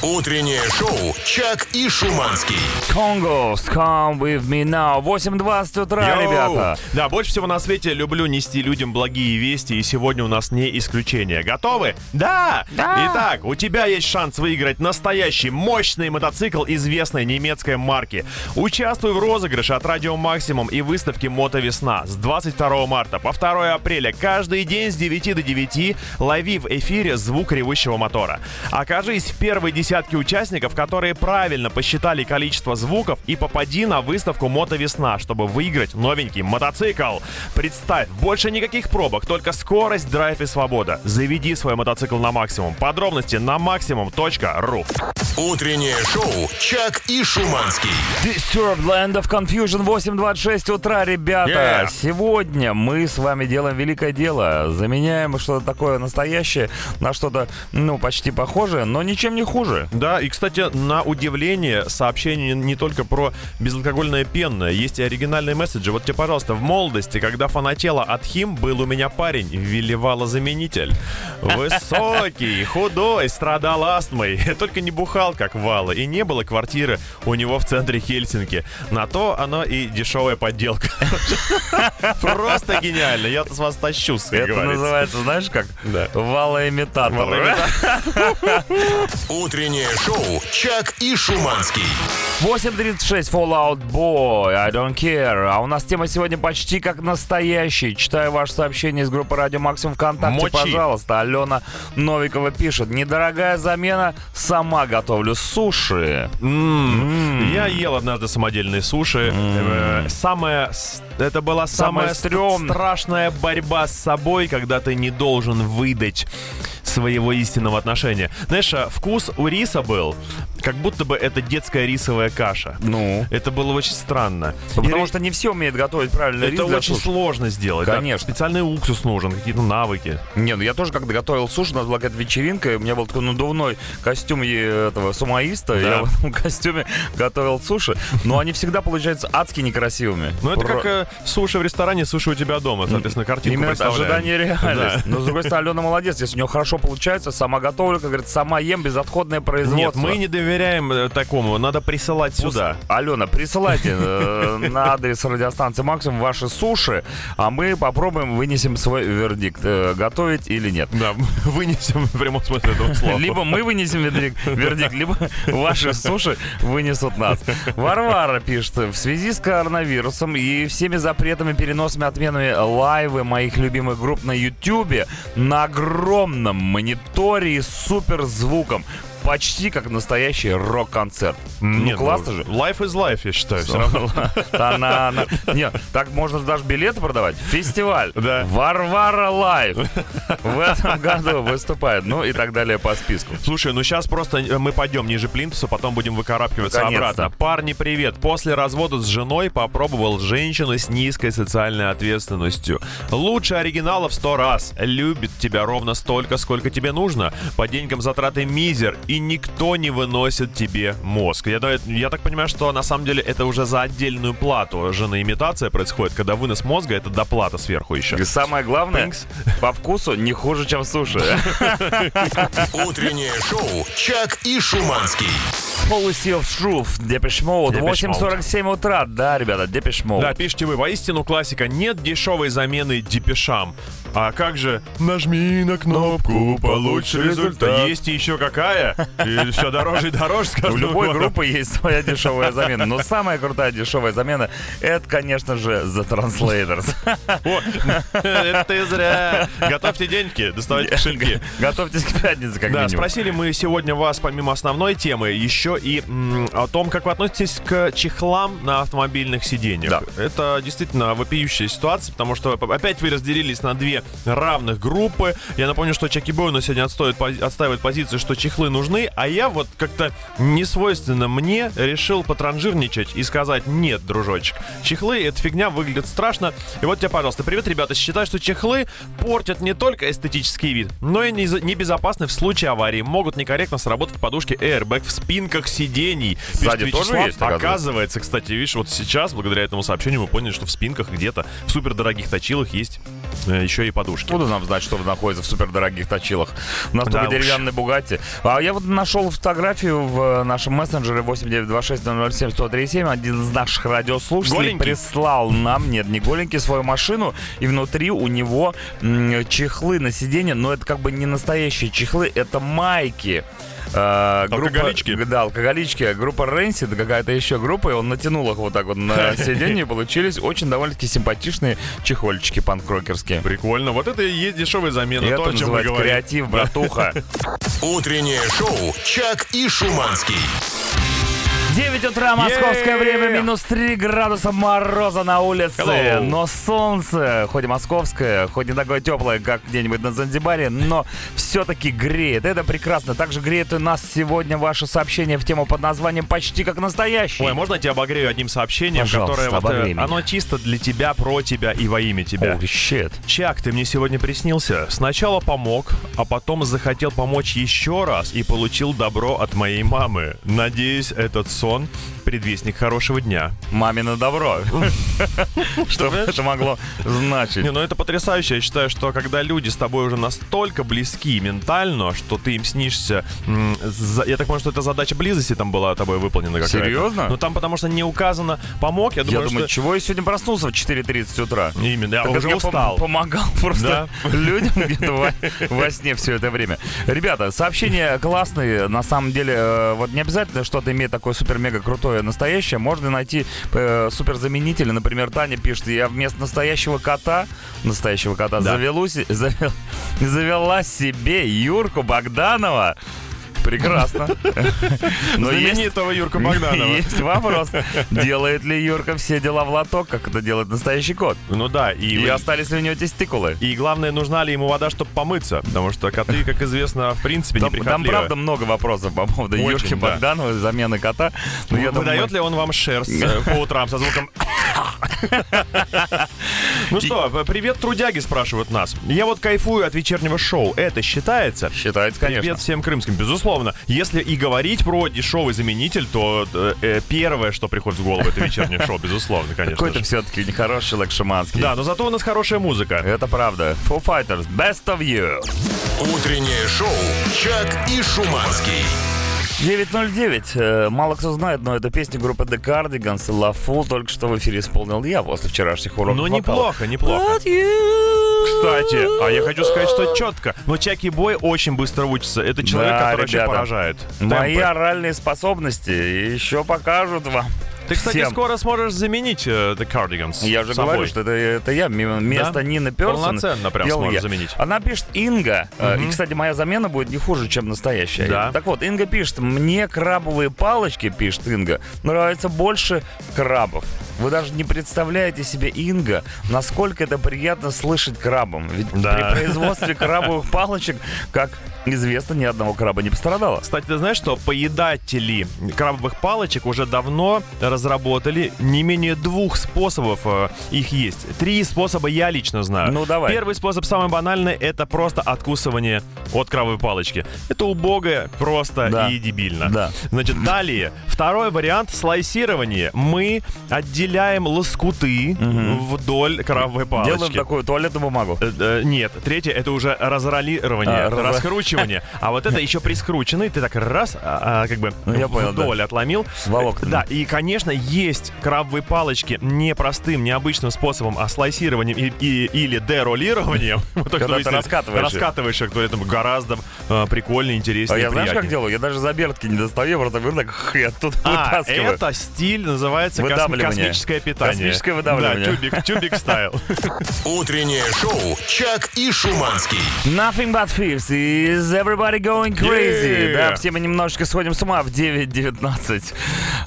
S1: Утреннее шоу «Чак и Шуманский».
S2: Конго, come with me now. 8.20 утра,
S3: Йоу!
S2: ребята.
S3: Да, больше всего на свете люблю нести людям благие вести, и сегодня у нас не исключение. Готовы? Да! Итак, у тебя есть шанс выиграть настоящий мощный мотоцикл известной немецкой марки. Участвуй в розыгрыше от Радио Максимум и выставке Мото Весна с 20 22 марта по 2 апреля каждый день с 9 до 9 лови в эфире звук ревущего мотора. Окажись в первой десятке участников, которые правильно посчитали количество звуков и попади на выставку «Мотовесна», чтобы выиграть новенький мотоцикл. Представь, больше никаких пробок, только скорость, драйв и свобода. Заведи свой мотоцикл на максимум. Подробности на максимум.ру.
S1: Утреннее шоу «Чак и Шуманский».
S2: Disturbed Land of Confusion 8.26 утра, ребята.
S3: Yeah.
S2: Сегодня мы с вами делаем великое дело. Заменяем что-то такое настоящее на что-то, ну, почти похожее, но ничем не хуже.
S3: Да, и, кстати, на удивление сообщение не только про безалкогольное пенное, есть и оригинальные месседжи. Вот тебе, пожалуйста, в молодости, когда фанатела от хим, был у меня парень, велевала заменитель. Высокий, худой, страдал астмой, *laughs* только не бухал, как вала, и не было квартиры у него в центре Хельсинки. На то оно и дешевая подделка. *laughs* Просто гениально, я с вас тащусь, как
S2: Это
S3: говорится.
S2: называется, знаешь как?
S3: Да.
S2: Валоимитатор.
S1: Утреннее шоу «Чак и Шуманский».
S2: 8.36 Fallout Boy, I don't care. А у нас тема сегодня почти как настоящий. Читаю ваше сообщение из группы Радио Максим ВКонтакте,
S3: Мочи.
S2: пожалуйста. Алена Новикова пишет. Недорогая замена, сама готовлю суши.
S3: М. Я ел однажды самодельные суши. Э, Самая, с- это была
S2: Самая
S3: самая, ст-
S2: стрёмная.
S3: страшная борьба с собой, когда ты не должен выдать своего истинного отношения. Знаешь, а, вкус у риса был, как будто бы это детская рисовая каша.
S2: Ну?
S3: Это было очень странно. И
S2: Потому
S3: ри-
S2: что не все умеют готовить правильно рис
S3: это
S2: для
S3: очень
S2: суши.
S3: сложно сделать. да.
S2: Конечно.
S3: Специальный уксус нужен, какие-то навыки.
S2: Не, ну я тоже когда готовил суши, у нас была какая-то вечеринка, и у меня был такой надувной костюм э, этого сумоиста, и
S3: Да.
S2: я в этом *laughs* костюме готовил суши, но они всегда получаются адски некрасивыми.
S3: Ну, это
S2: Про-
S3: как э, суши в ресторане, суши у тебя дома. Соответственно, картинку
S2: Именно это
S3: представляем.
S2: ожидание и реальность. Но, с другой стороны, Алена молодец. Если у нее хорошо получается, сама готовлю, как говорится, сама ем, безотходное
S3: Нет,
S2: производство.
S3: мы не доверяем э, такому. Надо присылать
S2: Пусть-
S3: сюда.
S2: Алена, присылайте э, на адрес радиостанции Максимум ваши суши, а мы попробуем, вынесем свой вердикт, э, готовить или нет.
S3: Да, *laughs* вынесем в прямом смысле этого слова.
S2: Либо мы вынесем вердикт, вердикт, либо ваши суши вынесут нас. Варвара пишет, в связи с коронавирусом и всеми запретами, переносами, отменами лайвы моих любимых групп на Ютубе на огромном мониторе и суперзвуком. Почти как настоящий рок-концерт. ну
S3: Нет,
S2: классно же.
S3: Life is life, я считаю. Все равно.
S2: Та- на- на- Нет, так можно даже билеты продавать. Фестиваль.
S3: Да.
S2: Варвара Лайв. В этом году выступает. Ну и так далее по списку.
S3: Слушай, ну сейчас просто э, мы пойдем ниже плинтуса, потом будем выкарабкиваться
S2: Наконец-то.
S3: обратно. Парни, привет. После развода с женой попробовал женщину с низкой социальной ответственностью. Лучше оригинала в сто раз. Любит тебя ровно столько, сколько тебе нужно. По деньгам затраты мизер, и никто не выносит тебе мозг. Я, да- я так понимаю, что на самом деле это уже за отдельную плату женоимитация происходит, когда вынос мозга это доплата сверху еще.
S2: И самое главное,
S3: Thanks.
S2: по вкусу не хуже, чем суши.
S1: Утреннее шоу «Чак и Шуманский».
S2: Policy of Truth, Depeche Mode,
S3: Depeche Mode.
S2: 8.47 утра. Да, ребята, Depeche Mode.
S3: Да, пишите вы, воистину классика, нет дешевой замены депешам. А как же «Нажми на кнопку, получишь результат». Есть и еще какая? И все дороже и дороже, скажу.
S2: У любой группы есть своя дешевая замена. Но самая крутая дешевая замена это, конечно же, The Translators.
S3: *laughs* Это ты зря. Готовьте деньги, доставайте кошельки.
S2: Готовьтесь к пятнице, как
S3: Да,
S2: минимум.
S3: спросили мы сегодня вас, помимо основной темы, еще и м, о том, как вы относитесь к чехлам на автомобильных сиденьях.
S2: Да.
S3: Это действительно вопиющая ситуация, потому что опять вы разделились на две равных группы. Я напомню, что Чеки Бой у нас сегодня отстоит, пози- отстаивает позицию, что чехлы нужны, а я вот как-то несвойственно мне решил потранжирничать и сказать «нет, дружочек, чехлы — это фигня, выглядит страшно». И вот тебе, пожалуйста, привет, ребята, считаю, что чехлы портят не только эстетический вид, но и нез- небезопасны в случае аварии. Могут некорректно сработать подушки airbag в спинках сидений. Пишет
S2: Сзади тоже
S3: Вячеслав.
S2: есть, оказывается?
S3: Оказывается, кстати, видишь, вот сейчас, благодаря этому сообщению, мы поняли, что в спинках где-то в супердорогих точилах есть э, еще и подушки.
S2: Откуда нам знать, что находится в супердорогих точилах? У нас
S3: Да
S2: только
S3: уж.
S2: деревянный Бугатти. А я вот нашел фотографию в э, нашем мессенджере 8926007137. Один из наших радиослушателей
S3: Голенький?
S2: прислал нам, нет, не голенький, свою машину. И внутри у него м, чехлы на сиденье, но это как бы не настоящие чехлы, это майки. Э, группа-
S3: Алкоголички?
S2: да, алкоголички. Группа Рэнси, да какая-то еще группа, и он натянул их вот так вот
S3: *laughs*
S2: на сиденье, и получились очень довольно-таки симпатичные чехольчики панкрокерские.
S3: Прикольно. Вот это и есть дешевая замена,
S2: Это
S3: то, о чем мы
S2: называется
S3: говорим.
S2: креатив, *laughs* братуха.
S1: Утреннее шоу «Чак и Шуманский».
S2: 9 утра, московское
S3: Е-е-е!
S2: время, минус 3 градуса мороза на улице.
S3: Hello.
S2: Но солнце, хоть и московское, хоть не такое теплое, как где-нибудь на Занзибаре, но все-таки греет. Это прекрасно. Также греет у нас сегодня ваше сообщение в тему под названием «Почти как настоящий».
S3: Ой, можно я тебя обогрею одним сообщением,
S2: Пожалуйста,
S3: которое вот, э,
S2: обогрей меня.
S3: оно чисто для тебя, про тебя и во имя тебя.
S2: Holy shit.
S3: Чак, ты мне сегодня приснился. Сначала помог, а потом захотел помочь еще раз и получил добро от моей мамы. Надеюсь, этот сон предвестник хорошего дня.
S2: Мамино добро. Что бы это могло значить?
S3: Не, ну это потрясающе. Я считаю, что когда люди с тобой уже настолько близки ментально, что ты им снишься... м, за- Я так понимаю, что это задача близости там была тобой выполнена какая-то.
S2: Серьезно?
S3: Ну там потому что не указано помог. Я
S2: Я
S3: думаю,
S2: думаю,
S3: что...
S2: чего я сегодня проснулся в 4.30 утра?
S3: Именно, я
S2: Так это
S3: уже
S2: я
S3: А устал.
S2: пом- помогал *laughs* просто людям где-то во, во сне все это время. Ребята, сообщения классные. На самом деле, э, вот не обязательно что-то иметь такое супер-мега крутое настоящее. Можно найти э, супер-заменители. Например, Таня пишет, я вместо настоящего кота, настоящего кота,
S3: Да.
S2: завелусь, завел- завела себе Юрку Богданова.
S3: *laughs*
S2: Прекрасно. Но есть-
S3: Знаменитого Юрка Богданова.
S2: *laughs* Есть вопрос, делает ли Юрка все дела в лоток, как это делает настоящий кот?
S3: *laughs* Ну да, и...
S2: И
S3: вы-
S2: остались ли у него тестикулы?
S3: И главное, нужна ли ему вода, чтобы помыться? Потому что коты, как известно, в принципе,
S2: Там, там,
S3: неприхотливы.
S2: правда много вопросов по поводу
S3: Очень,
S2: Юрки
S3: да.
S2: Богдановой, замены кота. Но Ну, я думаю,
S3: Выдает ли он
S2: *laughs*
S3: вам шерсть э, по утрам со звуком... Ну что, п- привет, трудяги, спрашивают нас. Я вот кайфую от вечернего шоу. Это считается?
S2: Считается, конечно.
S3: Привет всем крымским, безусловно. Если и говорить про дешевый заменитель, то э, э, первое, что приходит в голову, это вечернее шоу, безусловно,
S2: *laughs*
S3: конечно
S2: Какой-то
S3: же.
S2: все-таки нехороший человек Шиманский.
S3: Да, но зато у нас хорошая музыка.
S2: Это правда. Foo Fighters, Best of You.
S1: Утреннее шоу «Чак и Шуманский».
S2: 9.09. Э, Мало кто знает, но это песня группы The Cardigans и Лафу только что в эфире исполнил я после вчерашних уроков
S3: Ну,
S2: вокала.
S3: неплохо, неплохо. Кстати, а я хочу сказать, что четко. Но Чаки Бой очень быстро учится. Это человек,
S2: Да,
S3: который вообще
S2: ребята.
S3: поражает.
S2: Мои
S3: Темпы.
S2: оральные способности еще покажут вам.
S3: Ты, кстати,
S2: всем.
S3: скоро сможешь заменить э, The Cardigans.
S2: Я же
S3: собой.
S2: говорю, что это, это я ми- вместо
S3: Да?
S2: Нины Персон.
S3: Полноценно прям
S2: делал
S3: сможешь
S2: я.
S3: заменить.
S2: Она пишет Инга. э, И, кстати, моя замена будет не хуже, чем настоящая.
S3: Да.
S2: Так вот, Инга пишет, мне крабовые палочки, пишет Инга, нравятся больше крабов. Вы даже не представляете себе, Инга, насколько это приятно слышать крабам. Ведь
S3: Да.
S2: при производстве крабовых палочек, как известно, ни одного краба не пострадало.
S3: Кстати, ты знаешь, что поедатели крабовых палочек уже давно разработали не менее двух способов э, их есть. Три способа я лично знаю.
S2: Ну, давай.
S3: Первый способ, самый банальный, это просто откусывание от крабовой палочки. Это убогое, просто
S2: Да.
S3: и дебильно.
S2: Да.
S3: Значит, далее. Второй вариант слайсирование. Мы отделяем лоскуты вдоль крабовой палочки.
S2: Делаем такую туалетную бумагу.
S3: Э, э, Нет, третье это уже разролирование,
S2: А, раз- *laughs*
S3: раскручивание. А вот это еще прискрученный, ты так раз, а, а, как бы
S2: Ну, я понял,
S3: вдоль отломил.
S2: Волок.
S3: Да, и, конечно, есть крабовые палочки не простым, необычным способом, а слайсированием и- и- или деролированием. *laughs* Мы только
S2: Когда ты
S3: выяснили.
S2: раскатываешь их.
S3: Раскатываешь их, то это гораздо э, прикольнее,
S2: А
S3: интереснее,
S2: я знаешь, как
S3: приятнее.
S2: делаю? Я даже за бертки не достаю, просто беру так, х, я тут
S3: А,
S2: вытаскиваю.
S3: это стиль называется косм-
S2: Выдавливание.
S3: космическое питание.
S2: Космическое выдавливание.
S3: Да, тюбик,
S2: *laughs*
S3: тюбик стайл.
S1: Утреннее шоу «Чак и Шуманский».
S2: Nothing but thieves is everybody going crazy.
S3: Yeah.
S2: Да, все мы немножечко сходим с ума в 9.19.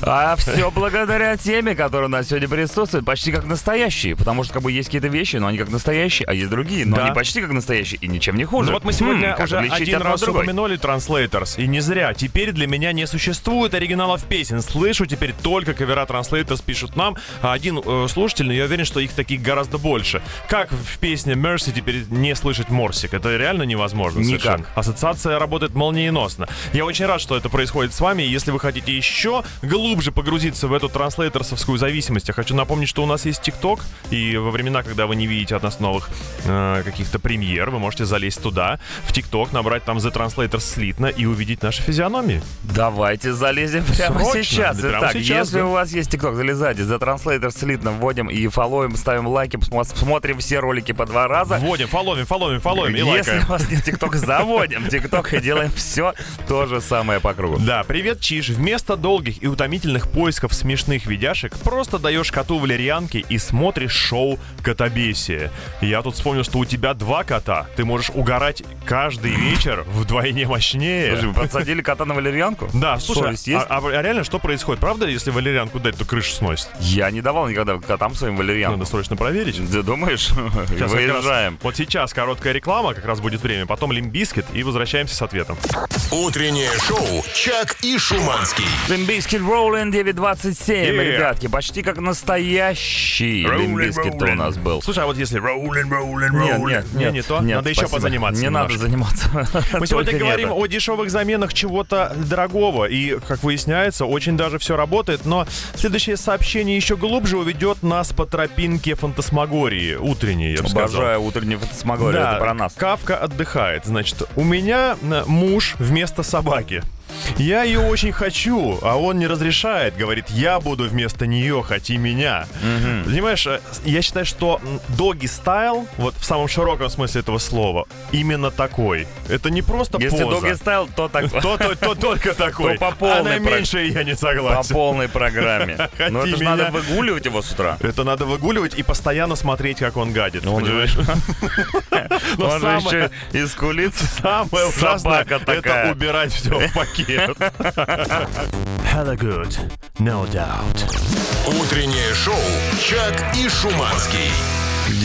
S2: А
S3: *laughs*
S2: все благодаря теме, которая у нас сегодня присутствует, почти как настоящие. Потому что как бы есть какие-то вещи, но они как настоящие, а есть другие, но
S3: Да.
S2: они почти как настоящие и ничем не хуже.
S3: Ну вот мы сегодня
S2: Хм, как
S3: уже
S2: отличить
S3: один
S2: одно от
S3: раз
S2: другой?
S3: упомянули Translators, и не зря. Теперь для меня не существует оригиналов песен. Слышу теперь только кавера Translators пишут нам, один э, слушатель, но я уверен, что их таких гораздо больше. Как в песне Mercy теперь не слышать Морсик? Это реально невозможно
S2: Никак.
S3: совершенно. Ассоциация работает молниеносно. Я очень рад, что это происходит с вами. И Если вы хотите еще глубже погрузиться в эту транслейтерсовскую зависимость, я хочу напомнить, что у нас есть ТикТок, и во времена, когда вы не видите от нас новых э, каких-то премьер, вы можете залезть туда, в ТикТок, набрать там The Translator слитно и увидеть наши физиономии.
S2: Давайте залезем прямо
S3: Срочно,
S2: сейчас.
S3: да, прямо
S2: Итак,
S3: сейчас,
S2: если
S3: да.
S2: у вас есть ТикТок, залезайте за транслейтер слитно, вводим и фоловим, ставим лайки, посмо- смотрим все ролики по два раза.
S3: Вводим, фоловим, фоловим, фоловим и
S2: Если
S3: лайкаем.
S2: у вас нет ТикТока, заводим ТикТок и делаем все то же самое по кругу.
S3: Да, привет, Чиж. Вместо долгих и утомительных поисков смешных видяшек просто даешь коту валерьянки и смотришь шоу «Котобесие». Я тут вспомнил, что у тебя два кота. Ты можешь угорать каждый вечер вдвойне мощнее.
S2: Слушай, вы подсадили кота на валерьянку?
S3: да, слушай,
S2: Совесть есть?
S3: а, а реально что происходит? Правда, если валерьянку дать, то крышу сносит?
S2: Я не давал никогда котам своим
S3: Надо
S2: валерьянку.
S3: срочно проверить.
S2: Ты думаешь?
S3: Ну Сейчас как раз-
S2: Выезжаем.
S3: вот сейчас короткая реклама, как раз будет время, потом лимбискет и возвращаемся с ответом.
S1: Утреннее шоу «Чак и Шуманский».
S2: Лимбискит Роллин 927,
S3: Yeah.
S2: ребятки, почти как настоящий Лимбискит у нас был.
S3: Слушай, а вот если rolling, rolling,
S2: Нет,
S3: rolling,
S2: нет,
S3: не,
S2: нет,
S3: не то,
S2: нет,
S3: надо еще
S2: спасибо.
S3: позаниматься.
S2: Не
S3: немножко.
S2: надо заниматься.
S3: *laughs* Мы
S2: Только
S3: сегодня
S2: не
S3: говорим
S2: это.
S3: о дешевых заменах чего-то дорогого. И, как выясняется, очень даже все работает. Но следующее сообщение еще глубже уведет нас по тропинке фантасмагории. Утренней, я бы сказал.
S2: Обожаю утреннюю фотосмагорию,
S3: Да,
S2: это про нас.
S3: Кавка отдыхает. Значит, у меня э, муж вместо собаки. Я ее очень хочу, а он не разрешает. Говорит, я буду вместо нее, хоти меня. Понимаешь, э, я считаю, что доги стайл, вот в самом широком смысле этого слова, именно такой. Это не просто
S2: Если
S3: поза.
S2: доги стайл, то так
S3: То, то,
S2: *laughs*
S3: то только такой.
S2: по
S3: а на
S2: полной прак-
S3: меньшее я не
S2: по
S3: согласен.
S2: полной
S3: *laughs*
S2: программе.
S3: Хоти
S2: Но это же
S3: меня.
S2: надо выгуливать его с утра.
S3: Это надо выгуливать и постоянно смотреть, как он гадит.
S2: Ну, Он же *laughs*
S3: понимаешь? Но
S2: он же
S3: Ну, самое-
S2: еще из
S3: *laughs*
S2: кулиц.
S3: Самое ужасное
S2: Собака
S3: это
S2: такая.
S3: убирать все в пакет. Hello good, no doubt.
S1: Утреннее шоу «Чак и Шуманский».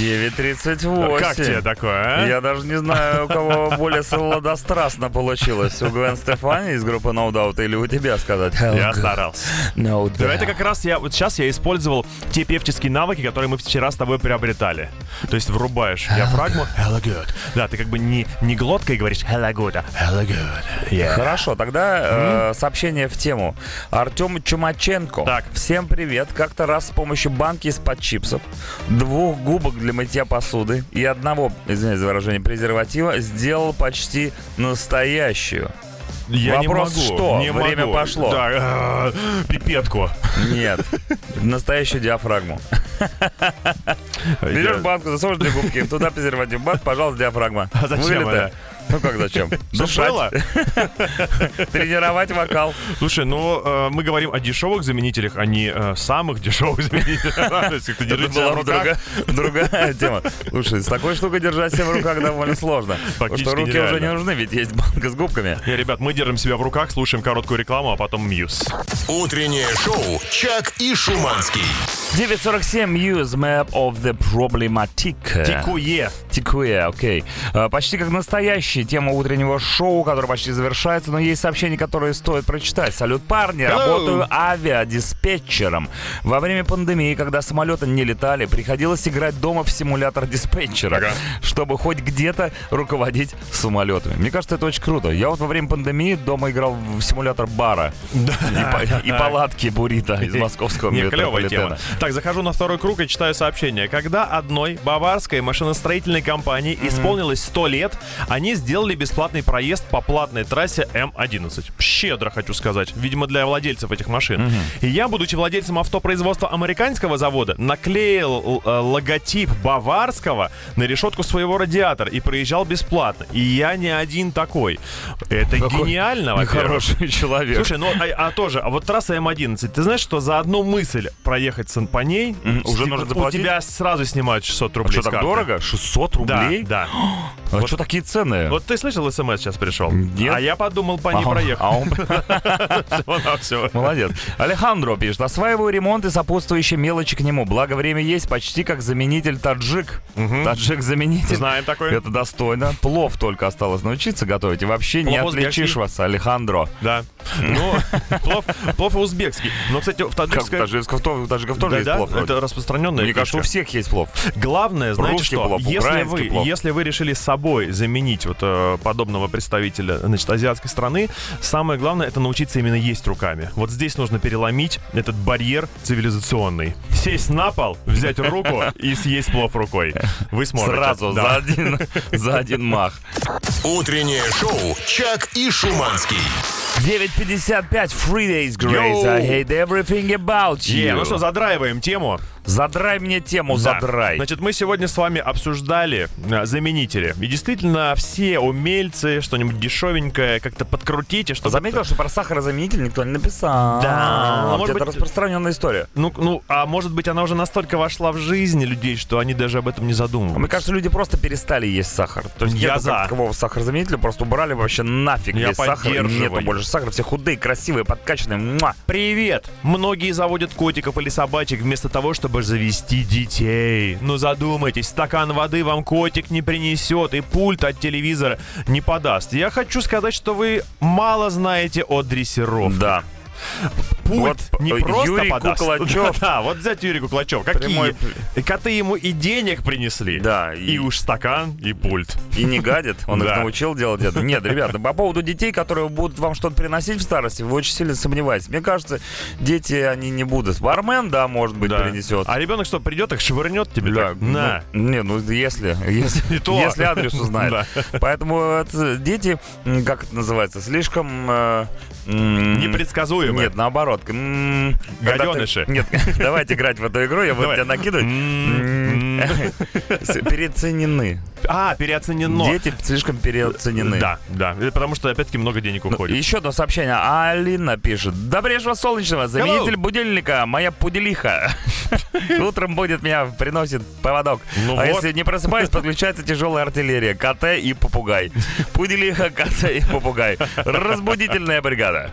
S2: 9.38.
S3: Как тебе такое, а?
S2: Я даже не знаю, у кого более сладострастно получилось. У Гвен Стефани из группы No Doubt или у тебя сказать?
S3: Я старался.
S2: No
S3: Oh, Да,
S2: Doubt.
S3: это как раз я, вот сейчас я использовал те певческие навыки, которые мы вчера с тобой приобретали. То есть врубаешь диафрагму. Hello good. Да, ты как бы не, не глоткой говоришь hello good, а hello good. Yeah.
S2: Хорошо, тогда э, сообщение в тему. Артем Чумаченко.
S3: Так.
S2: Всем привет. Как-то раз с помощью банки из-под чипсов, двух губок для мытья посуды и одного, извиняюсь за выражение, презерватива сделал почти настоящую.
S3: Я
S2: Вопрос
S3: не могу.
S2: что?
S3: Не
S2: Время
S3: могу.
S2: пошло.
S3: Да, э, пипетку. *laughs*
S2: Нет, настоящую диафрагму. Берешь банку, засовываешь две губки, туда презерватив, бак, пожалуйста, диафрагма.
S3: А зачем
S2: Вылитая.
S3: это?
S2: Ну как зачем?
S3: Чтоб было?
S2: Дышать, тренировать вокал.
S3: Слушай, ну э, мы говорим о дешевых заменителях, а не э, самых дешевых *laughs* заменителях. То есть, как ты держишь
S2: Это
S3: себя
S2: была
S3: в руках.
S2: другая, другая тема. Слушай, с такой штукой держать себя в руках довольно сложно. Потому
S3: Фактически
S2: что руки
S3: нереально.
S2: уже не нужны, ведь есть банка с губками.
S3: Э, Ребят, мы держим себя в руках, слушаем короткую рекламу, а потом мьюз.
S1: Утреннее шоу «Чак и Шуманский».
S2: 9.47 Use Map of the Problematic.
S3: Тикуе.
S2: Тикуя, окей. Э, Почти как настоящая тема утреннего шоу, которое почти завершается, но есть сообщения, которые стоит прочитать. Салют, парни, работаю авиадиспетчером. Во время пандемии, когда самолеты не летали, приходилось играть дома в симулятор диспетчера,
S3: Ага.
S2: чтобы хоть где-то руководить самолетами. Мне кажется, это очень круто. Я вот во время пандемии дома играл в симулятор бара и, па- и палатки буррито
S3: *laughs*
S2: из московского
S3: Не, клевая
S2: метрополитена.
S3: тема. Так, захожу на второй круг и читаю сообщение. Когда одной баварской машиностроительной компании исполнилось 100 лет, они сделали бесплатный проезд по платной трассе М11. Щедро, хочу сказать. Видимо, для владельцев этих машин. И я, будучи владельцем автопроизводства американского завода, наклеил э, логотип баварского на решетку своего радиатора и проезжал бесплатно. И я не один такой. Это
S2: Какой
S3: гениально, во-первых.
S2: Хороший человек.
S3: Слушай, ну а, а тоже, а вот трасса М11, ты знаешь, что за одну мысль проехаться по ней
S2: Мгм, уже
S3: с-
S2: нужно
S3: у
S2: заплатить? А
S3: тебя сразу снимают 600 рублей.
S2: что
S3: с
S2: так
S3: карты.
S2: дорого? 600
S3: Да,
S2: рублей?
S3: да.
S2: А
S3: Вот-
S2: что такие цены?
S3: Вот ты слышал, СМС сейчас пришел?
S2: Нет.
S3: А я подумал, по ней
S2: А он- *laughs*
S3: проехал.
S2: а он-
S3: Всего-навсего. *laughs*
S2: Молодец. Алехандро пишет. Осваиваю ремонт и сопутствующие мелочи к нему. Благо время есть почти как заменитель таджик. Таджик-заменитель.
S3: Знаем такой.
S2: Это достойно. Плов только осталось научиться готовить. И вообще не
S3: Плов узбекский.
S2: отличишь вас, Алехандро.
S3: Да. Ну, *laughs* плов, плов узбекский. Но, кстати, в
S2: Как у
S3: таджикской...
S2: таджиков тоже, у таджиков тоже есть
S3: Да-да,
S2: плов. вроде.
S3: это распространенная
S2: Мне кажется, у
S3: фишка.
S2: всех есть плов.
S3: Главное, знаете
S2: Русский
S3: что?
S2: плов,
S3: если,
S2: украинский
S3: вы,
S2: плов.
S3: если вы решили собой заменить вот э, подобного представителя значит, азиатской страны, самое главное это научиться именно есть руками. Вот здесь нужно переломить этот барьер цивилизационный. Сесть на пол, взять руку и съесть плов рукой. Вы сможете.
S2: Сразу,
S3: Да.
S2: за, один, *laughs* за один мах.
S1: Утреннее шоу «Чак и Шуманский».
S2: 9.55, Free Days Grace.
S3: Йоу.
S2: I hate everything about you.
S3: Е, ну что, задраиваем тему.
S2: Задрай мне тему,
S3: Да.
S2: задрай.
S3: Значит, мы сегодня с вами обсуждали э, заменители. И действительно, все умельцы что-нибудь дешевенькое как-то подкрутите, чтобы...
S2: Заметил, что про сахарозаменитель никто не написал. Ну,
S3: Да,
S2: Вот
S3: может
S2: это
S3: быть-
S2: распространенная история.
S3: Ну, ну, а может быть, она уже настолько вошла в жизнь людей, что они даже об этом не задумываются.
S2: А Мне кажется, люди просто перестали есть сахар. То есть
S3: Я
S2: нету
S3: за.
S2: как такового сахарозаменителя, просто убрали вообще нафиг
S3: Я
S2: весь сахар.
S3: поддерживаю.
S2: Нету больше сахара, все худые, красивые, подкачанные. Муа.
S3: Привет! Многие заводят котиков или собачек вместо того, чтобы завести детей. Ну задумайтесь, стакан воды вам котик не принесет и пульт от телевизора не подаст. Я хочу сказать, что вы мало знаете о дрессировке.
S2: Да.
S3: Пульт
S2: Вот,
S3: не
S2: э,
S3: просто
S2: Юрий
S3: подаст.
S2: Куклачев.
S3: *laughs* Да, вот взять Юрий Куклачев. Какие?
S2: Прямой-
S3: Коты ему и денег принесли.
S2: Да,
S3: И
S2: и,
S3: уж стакан, и пульт.
S2: и не гадит. Он их
S3: Да.
S2: научил делать это. Нет, ребята, по поводу детей, которые будут вам что-то приносить в старости, вы очень сильно сомневаетесь. Мне кажется, дети, они не будут. Бармен, да, может быть,
S3: Да.
S2: принесет.
S3: А ребенок что, придет, их швырнет тебе? так?
S2: ну,
S3: На.
S2: не, ну если, если,
S3: *laughs* И то.
S2: если адрес
S3: Да.
S2: узнает. Поэтому это дети, м, как это называется, слишком... э, м,
S3: Непредсказуемо.
S2: Нет, наоборот. м, когда ты-
S3: Гаденыши.
S2: Нет, *laughs* давайте играть в эту игру, я буду
S3: Давай.
S2: тебя накидывать.
S3: М, м.
S2: С- Переоценены.
S3: А, переоценено.
S2: Дети слишком переоценены.
S3: Да, да. Это Потому что, опять-таки, много
S2: Ну,
S3: денег уходит.
S2: Еще одно сообщение. Алина пишет. Добрейшего солнечного. Заменитель будильника. Моя
S3: *laughs*
S2: пуделиха. Утром будет меня приносит поводок.
S3: Ну
S2: а
S3: вот.
S2: если не просыпаюсь, подключается тяжелая артиллерия. КТ и
S3: *laughs*
S2: попугай. Пуделиха, КТ и попугай. Разбудительная бригада.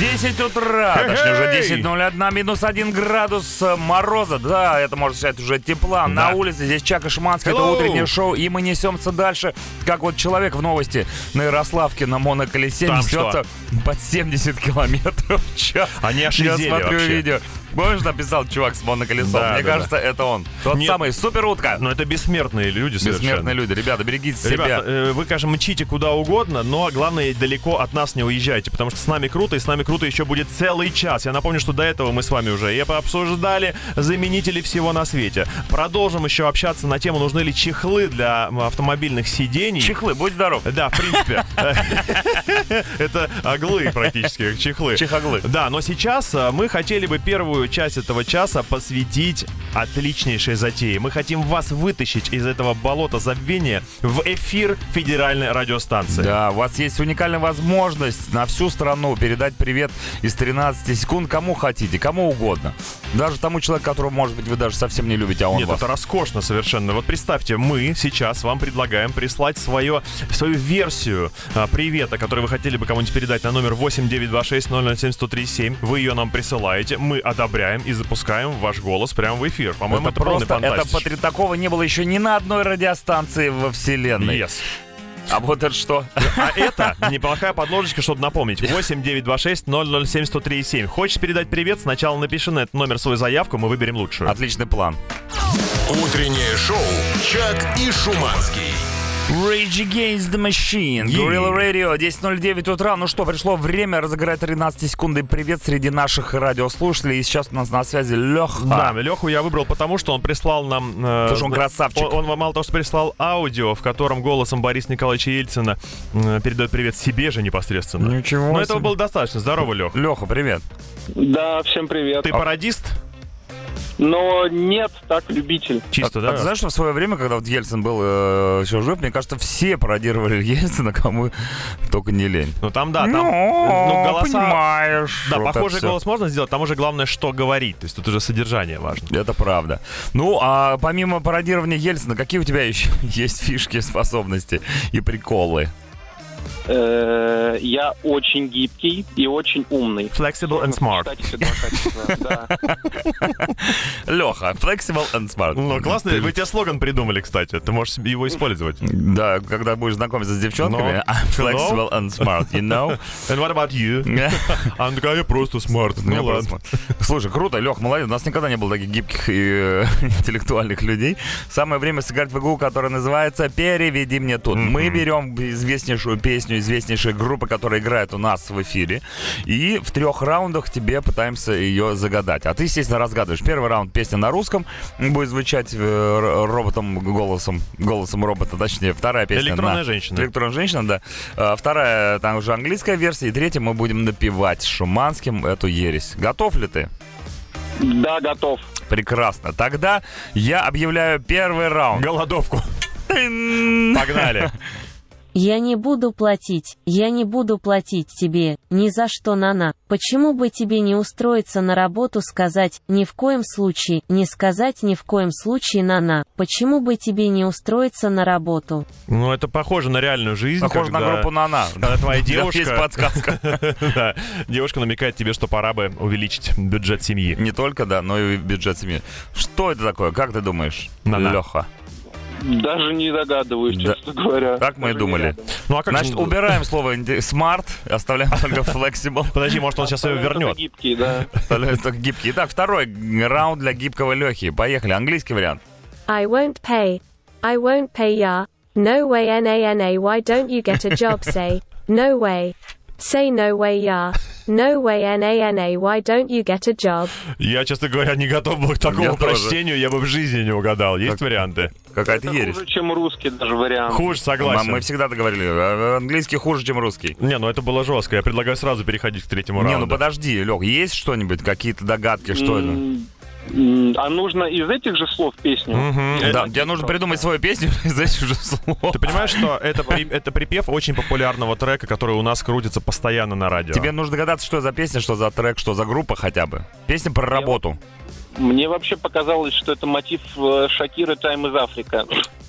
S2: 10 утра,
S3: Хе-хей!
S2: точнее уже 10.01, минус 1 градус э, мороза. Да, это можно сказать уже тепла. На
S3: Да.
S2: улице здесь Чака Шманский, это
S3: Hello!
S2: утреннее шоу, и мы несемся дальше, как вот человек в новости на Ярославке на моноколесе
S3: Там
S2: несется под 70 километров в час.
S3: Они
S2: Я
S3: ошизели
S2: смотрю
S3: вообще.
S2: видео. Помнишь, написал чувак с моноколесом?
S3: Да,
S2: Мне
S3: да,
S2: кажется, это он. Тот
S3: Нет.
S2: самый супер утка.
S3: Но это бессмертные люди
S2: Бессмертные
S3: совершенно.
S2: люди. Ребята, берегите себя.
S3: Ребята, э, вы, конечно, мчите куда угодно, но главное, далеко от нас не уезжайте, потому что с нами круто, и с нами круто еще будет целый час. Я напомню, что до этого мы с вами уже и пообсуждали заменители всего на свете. Продолжим еще общаться на тему, нужны ли чехлы для м, автомобильных сидений.
S2: Чехлы, будь здоров.
S3: Да, в принципе. *laughs* Это оглы практически, как чехлы.
S2: Чехоглы.
S3: Да, но сейчас а, мы хотели бы первую часть этого часа посвятить отличнейшей затее. Мы хотим вас вытащить из этого болота забвения в эфир федеральной радиостанции.
S2: Да, у вас есть уникальная возможность на всю страну передать привет из 13 секунд кому хотите, кому угодно. Даже тому человеку, которого, может быть, вы даже совсем не любите, а он
S3: Нет,
S2: вас.
S3: это роскошно совершенно. Вот представьте, мы сейчас вам предлагаем прислать свое, свою версию а, привета, который вы хотели бы кому-нибудь передать на номер 8926007137. Вы ее нам присылаете, мы одобряем и запускаем ваш голос прямо в эфир. По-моему, это, полный
S2: просто, это
S3: фантастич.
S2: потри- такого не было еще ни на одной радиостанции во вселенной.
S3: Yes.
S2: А вот это *laughs* что?
S3: А это неплохая подложечка, чтобы напомнить. 8 926 007 1037. Хочешь передать привет? Сначала напиши на этот номер свою заявку, мы выберем лучшую.
S2: Отличный план.
S1: Утреннее шоу «Чак и Шуманский».
S2: Rage Against the Machine, Gorilla Radio, 10.09 утра. Ну что, пришло время разыграть 13 секунды привет среди наших радиослушателей. И сейчас у нас на связи Леха.
S3: Да, Леху я выбрал потому, что он прислал нам... э,
S2: Потому что он
S3: зна-
S2: красавчик.
S3: Он, он вам мало того, что прислал аудио, в котором голосом Бориса Николаевича Ельцина э, передает привет себе же непосредственно.
S2: Ничего
S3: Но
S2: себе.
S3: этого было достаточно. Здорово, Лех.
S2: Леха, привет.
S5: Да, всем привет.
S3: Ты пародист?
S5: Но нет, так
S2: *laughs*
S5: любитель.
S3: Чисто,
S2: а,
S3: да?
S2: а ты знаешь, что в свое время, когда вот Ельцин был э, еще жив, мне кажется, все пародировали *laughs* Ельцина, кому только не лень.
S3: Ну там да, там ну,
S2: ну,
S3: голоса.
S2: понимаешь.
S3: Да,
S2: вот это
S3: похожий
S2: всё.
S3: голос можно сделать, там уже главное, что говорить. То есть тут уже содержание важно.
S2: Это правда. Ну, а помимо пародирования Ельцина, какие у тебя еще *laughs* есть фишки, способности и приколы?
S5: Э, Я очень гибкий и очень умный.
S3: Flexible and
S5: Кстати, все два качества, да. *laughs*
S2: Леха, flexible and smart.
S3: Ну, классно,
S2: Ты-
S3: вы тебе слоган придумали, кстати. Ты можешь себе его использовать.
S2: Да, когда будешь знакомиться с девчонками,
S3: Но-
S2: I'm flexible and smart, you know?
S3: And what about you? *laughs* А она такая, я просто смарт.
S2: У меня
S3: Ну ладно.
S2: просто- Слушай, круто, Лех, молодец. У нас никогда не было таких гибких и э, *laughs* интеллектуальных людей. Самое время сыграть в игру, которая называется «Переведи мне тут». Мы берем известнейшую песню, известнейшие группы, которые играют у нас в эфире, и в трех раундах тебе пытаемся ее загадать. А ты, естественно, разгадываешь. Первый раунд песня на русском будет звучать э, р- роботом, голосом, голосом робота, точнее. Вторая песня
S3: «Электронная
S2: на-
S3: женщина».
S2: Электронная женщина, да. А, Вторая, там уже английская версия. И третья мы будем напевать с шуманским эту ересь. Готов ли ты?
S5: Да, готов.
S2: Прекрасно. Тогда я объявляю первый раунд.
S3: Голодовку. Погнали.
S6: Я не буду платить, я не буду платить тебе, ни за что, Нана. Почему бы тебе не устроиться на работу сказать, ни в коем случае, не сказать ни в коем случае, Нана. Почему бы тебе не устроиться на работу?
S3: Ну, это похоже на реальную
S2: *laughs*
S3: жизнь.
S2: Похоже на
S3: когда-
S2: группу Нана.
S3: *laughs*
S2: *laughs*
S3: Когда твоя девушка...
S2: Есть подсказка.
S3: *laughs* Да. Девушка намекает тебе, что пора бы увеличить бюджет семьи.
S2: Не только, да, но и бюджет семьи. Что это такое? Как ты думаешь,
S3: Нана.
S2: Леха?
S5: Даже не догадываюсь,
S2: Да.
S5: честно говоря.
S2: Так мы и
S5: Даже не
S2: думали.
S5: рядом.
S3: Ну, а как
S2: Значит,
S3: же-
S2: убираем слово инди- «смарт», оставляем только «флексибл». *laughs*
S3: Подожди, может, он сейчас ее
S5: Становится
S3: вернет.
S5: Гибкий, да.
S2: Оставляем только гибкий. Итак, второй раунд для гибкого Лехи. Поехали. Английский вариант.
S7: I won't pay. I won't pay ya. No way nana why don't you get a job say, no way. Say no way ya. No way nana why don't you get a job.
S3: Я, честно говоря, не готов был к
S2: Я
S3: такому
S2: тоже.
S3: прочтению, я бы в жизни не угадал. Есть варианты?
S2: Какая-то
S5: Это
S2: ересь.
S5: хуже, чем русский даже вариант.
S3: Хуже,
S2: Ма-
S3: согласен.
S2: Мы всегда так говорили, а, английский хуже, чем русский.
S3: Не, ну это было жестко. Я предлагаю сразу переходить к третьему
S2: Не,
S3: раунду.
S2: ну подожди, Лех, есть что-нибудь, какие-то догадки, что это?
S5: М, м, А нужно из этих же слов песню?
S3: Мгм.
S2: Ну Да,
S3: Э,
S2: тебе нужно придумать свою песню *laughs* из этих же слов.
S3: Ты понимаешь, что это, при- это припев очень популярного трека, который у нас крутится постоянно на радио.
S2: Тебе нужно догадаться, что за песня, что за трек, что за группа хотя бы. Песня про работу.
S5: Мне вообще показалось, что это мотив э, Шакиры «Тайм из Африка».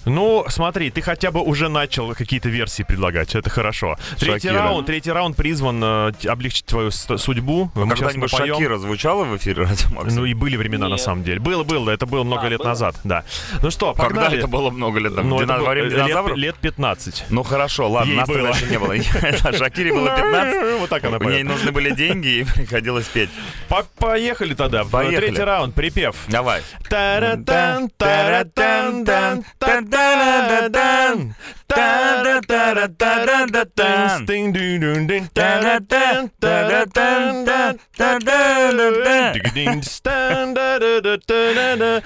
S3: Ну, смотри, ты хотя бы уже начал какие-то версии предлагать. Это хорошо. Третий
S2: Шакира.
S3: раунд, третий раунд призван э, т- облегчить твою с- судьбу. э, Мы сейчас
S2: Когда-нибудь
S3: напоем.
S2: Шакира звучала в эфире *laughs* Радио Максим?
S3: Ну и были времена, на
S5: Нет.
S3: самом деле. Было, было, это было много
S5: А,
S3: лет
S5: было?
S3: назад, да. Ну что,
S2: Когда
S3: погнали.
S2: это было много лет?
S3: Ну,
S2: назад?
S3: это
S2: Дина-
S3: было,
S2: во время
S3: э,
S2: динозавров?
S3: лет, лет 15.
S2: Ну хорошо, ладно,
S3: Ей
S2: нас тогда
S3: было.
S2: еще не было. *laughs* Да, Шакире было 15.
S3: *laughs* Вот так она
S2: У ней
S3: поет.
S2: нужны были деньги, и *laughs* приходилось петь.
S3: По- Поехали тогда.
S2: Поехали.
S3: Третий раунд, припев.
S2: Давай.
S3: Таратан, таратан, тан, тан, таратан, таратан, таратан, стын, дын, дын, дын, таратан, таратан, тан, тан, таратан, дигдин, стан, да-да-да-та-да-да,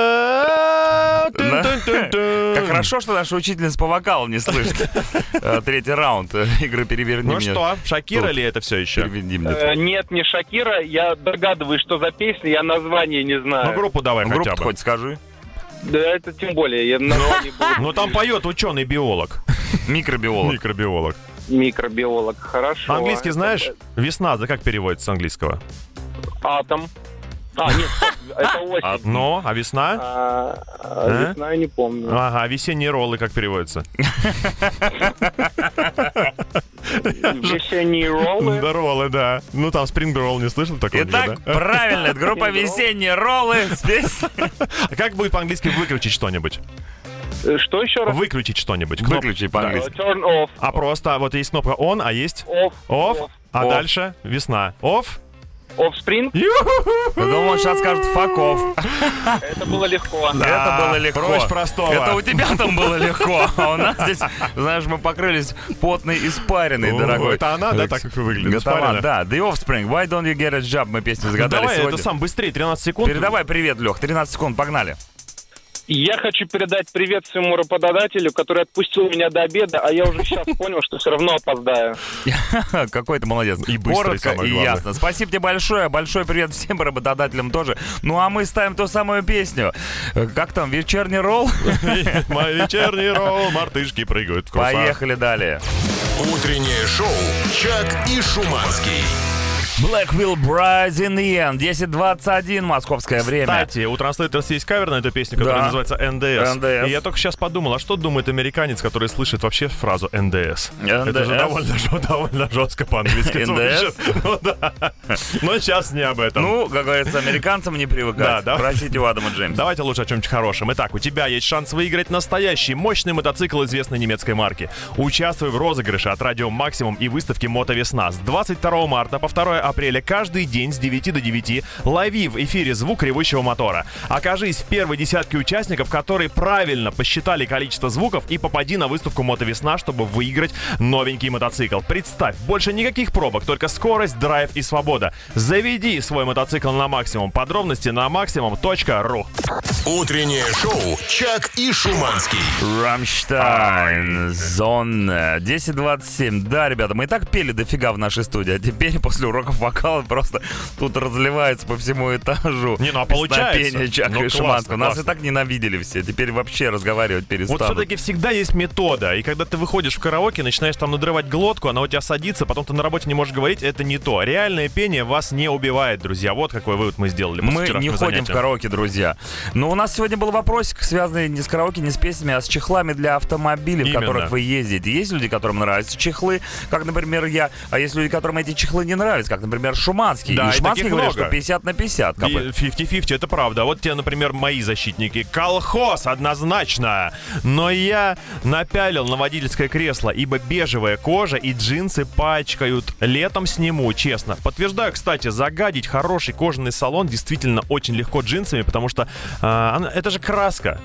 S3: та-
S2: Да.
S3: тун-тун-тун-тун.
S2: Как хорошо, что наша учительница по вокалу не слышит. Э, Третий раунд э, игры «Переверни
S3: *laughs* Ну
S2: меня».
S3: что, Шакира
S2: Тут.
S3: ли это все еще?
S2: «Переверни меня».
S5: Э, Нет, не Шакира. Я догадываюсь, что за песня, я название не
S3: Ну
S5: знаю.
S3: группу давай
S2: Ну,
S3: хотя
S2: группу
S3: бы.
S2: хоть скажи.
S5: Да это тем более. Я название был
S3: Ну там поет
S2: *laughs*
S3: ученый-биолог,
S2: Микробиолог.
S3: микробиолог.
S5: микробиолог. Хорошо.
S3: Английский знаешь? Весна, да как переводится с английского?
S5: Атом. А, нет, стоп, это осень.
S3: Но, а весна?
S5: А, а,
S3: А?
S5: Весна я не помню.
S3: Ага, весенние роллы как переводятся?
S2: Ну,
S5: Весенние роллы.
S3: Да, роллы, да. Ну там спринг ролл не слышал такого?
S2: Итак,
S3: нигде, да?
S2: правильно, это группа «Весенние роллы». Здесь
S3: А как будет по-английски выключить что-нибудь?
S5: Э, Что еще раз?
S3: Выключить что-нибудь. Кноп-
S2: выключи
S5: Э,
S2: по-английски.
S5: Turn off.
S3: А просто вот есть кнопка on, а есть
S5: Off.
S3: off, а
S2: Off.
S3: дальше весна. Off. Ну,
S5: Off spring.
S2: Я думал, он сейчас скажет «факов».
S5: Это было легко.
S2: Это
S3: Да,
S2: было легко.
S3: проще А, простого.
S2: Это у тебя там было легко, а у нас здесь, знаешь, мы покрылись потной испариной,
S3: О,
S2: дорогой.
S3: это она, да, так выглядит,
S2: Это она,
S3: испарина?
S2: да. The Offspring, Why Don't You Get a Job, мы песню
S3: Ну,
S2: загадали
S3: Давай, это
S2: сегодня.
S3: *laughs* сам быстрее, 13 секунд.
S2: Передавай привет, Лех, 13 секунд, погнали. *laughs*
S5: Я хочу передать привет своему работодателю, который отпустил меня до обеда, а я уже сейчас понял, что все равно опоздаю.
S2: Какой ты молодец.
S3: И быстрый,
S2: Коротко
S3: самое
S2: и
S3: главное.
S2: ясно. Спасибо тебе большое. Большой привет всем работодателям тоже. Ну а мы ставим ту самую песню. Э, Как там, вечерний
S3: *laughs*
S2: ролл?
S3: Мой вечерний ролл, мартышки прыгают в курсах.
S2: Поехали далее.
S1: Утреннее шоу «Чак и Шуманский».
S2: Black Will Brides in the End. 10.21 московское время.
S3: Кстати, у Translators есть кавер на эту песню, которая
S2: Да.
S3: называется «НДС».
S2: «НДС».
S3: И я только сейчас подумал, а что думает американец, который слышит вообще фразу «НДС»? Это же
S2: «НДС».
S3: довольно, жё- довольно жестко по-английски
S2: «НДС».
S3: звучит. *laughs* Ну да. Но сейчас не об этом.
S2: Ну, как говорится, американцам не привыкать.
S3: Да, да.
S2: Просите у Адама Джеймса.
S3: Давайте лучше о чем-нибудь хорошем. Итак, у тебя есть шанс выиграть настоящий мощный мотоцикл известной немецкой марки. Участвуй в розыгрыше от Радио Максимум и выставки Мотовесна с 22 марта по 2 апреля каждый день с 9 до 9 лови в эфире звук ревущего мотора. Окажись в первой десятке участников, которые правильно посчитали количество звуков и попади на выставку Мотовесна, чтобы выиграть новенький мотоцикл. Представь, больше никаких пробок, только скорость, драйв и свобода. Заведи свой мотоцикл на максимум. Подробности на максимум.ру.
S1: Утреннее шоу «Чак и Шуманский».
S2: Рамштайн, э, Зона, 10.27. Да, ребята, мы и так пели дофига в нашей студии, а теперь после уроков вокала просто тут разливается по всему этажу.
S3: Не, ну, а получается.
S2: Песнопение Чака
S3: Ну,
S2: и
S3: классно,
S2: Шуманского. Нас
S3: классно.
S2: и так ненавидели все, теперь вообще разговаривать
S3: Вот
S2: перестанут.
S3: все-таки всегда есть метода. И когда ты выходишь в караоке, начинаешь там надрывать глотку, она у тебя садится, потом ты на работе не можешь говорить, это не то. Реальное пение вас не убивает, друзья. Вот какой вывод мы сделали. после
S2: Мы не
S3: вчерашнего
S2: ходим в
S3: занятия.
S2: караоке, друзья. Но у нас сегодня был вопросик, связанный не с караоке, не с песнями, а с чехлами для автомобилей,
S3: Именно.
S2: в которых вы ездите. Есть люди, которым нравятся чехлы, как, например, я, а есть люди, которым эти чехлы не нравятся, как, например, Шуманский.
S3: Да,
S2: и
S3: и
S2: Шуманский
S3: таких
S2: говорит,
S3: много.
S2: что 50 на 50. как бы.
S3: И 50-50, это правда. Вот те, например, мои защитники. Колхоз, однозначно. Но я напялил на водительское кресло, ибо бежевая кожа и джинсы пачкают. Летом сниму, честно. Подтверждаю, кстати, загадить хороший кожаный салон действительно очень легко джинсами, потому что а, она- это же краска.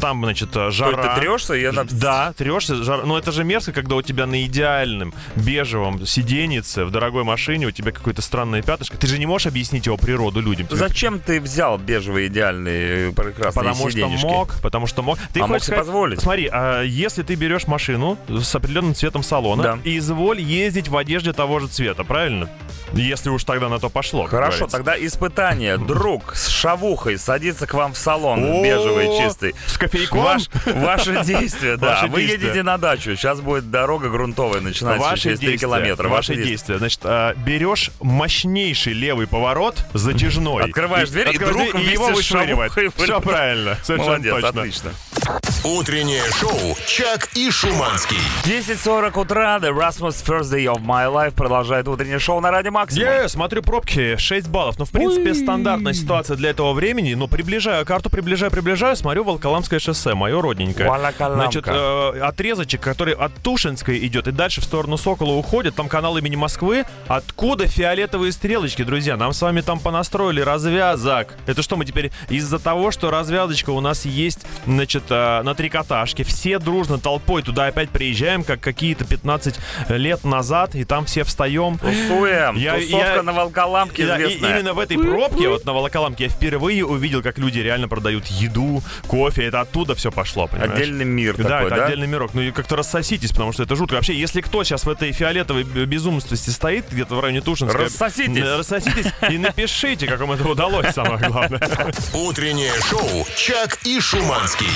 S3: Там, значит,
S2: То
S3: а, жара.
S2: есть ты трешься, и она...
S3: Да, трешься, жар... но это же мерзко, когда у тебя на идеальном бежевом сиденьице в дорогой машине у тебя какое-то странное пятнышко. Ты же не можешь объяснить его природу людям. типа, Тебе
S2: Зачем ты взял бежевые идеальные э, прекрасные
S3: Потому что
S2: сиденежки?
S3: мог, потому что мог. Ты
S2: А мог
S3: хочешь
S2: себе позволить.
S3: Смотри, а если ты берешь машину с определенным цветом салона,
S2: Да.
S3: изволь ездить в одежде того же цвета, правильно? Если уж тогда на то пошло. как
S2: Хорошо,
S3: говорится.
S2: тогда испытание. Друг с шавухой садится к вам в салон,
S3: О,
S2: бежевый, чистый.
S3: С кофейком?
S2: Ваш- ваше действие, да.
S3: Ваши
S2: Вы
S3: действия.
S2: едете на дачу. Сейчас будет дорога грунтовая, начинается
S3: Ваши
S2: через 3
S3: действия,
S2: километра.
S3: ваши действия. Значит, а, берешь мощнейший левый поворот затяжной.
S2: Открываешь дверь, и
S3: открываешь
S2: друг
S3: дверь, и его
S2: вместе с
S3: вышвыривает.
S2: шавухой
S3: Все
S2: вылетает.
S3: правильно, совершенно
S2: Молодец,
S3: точно.
S2: отлично.
S1: Утреннее шоу «Чак и Шуманский».
S2: 10.40 утра, The Rasmus First Day of My Life продолжает утреннее шоу на Радио Максимум.
S3: Я смотрю пробки, 6 баллов. Ну, в принципе, стандартная ситуация для этого времени. Но приближаю карту, приближаю, приближаю, смотрю Волоколамское шоссе, мое родненькое.
S2: Волоколамка.
S3: Значит, э, отрезочек, который от Тушинской идет и дальше в сторону Сокола уходит, там канал имени Москвы. Откуда фиолетовые стрелочки, друзья? Нам с вами там понастроили развязок. Это что, мы теперь из-за того, что развязочка у нас есть, значит, э, на трикотажке, все дружно толпой туда опять приезжаем, как какие-то 15 лет назад, и там все встаем.
S2: Тусуем.
S3: Я-
S2: Тусовка
S3: я-
S2: на Волколамке
S3: Да, и
S2: известная.
S3: именно в этой пробке, вот на Волоколамке, я впервые увидел, как люди реально продают еду, кофе. Это оттуда все пошло, понимаешь?
S2: Отдельный мир
S3: Да,
S2: такой,
S3: это
S2: да?
S3: отдельный мирок. Ну и как-то рассоситесь, потому что это жутко. Вообще, если кто сейчас в этой фиолетовой б- безумности стоит, где-то в районе Тушинска...
S2: Рассоситесь.
S3: н- Рассоситесь и напишите, как вам это удалось, самое
S2: *laughs*
S3: главное.
S1: Утреннее шоу «Чак и Шуманский».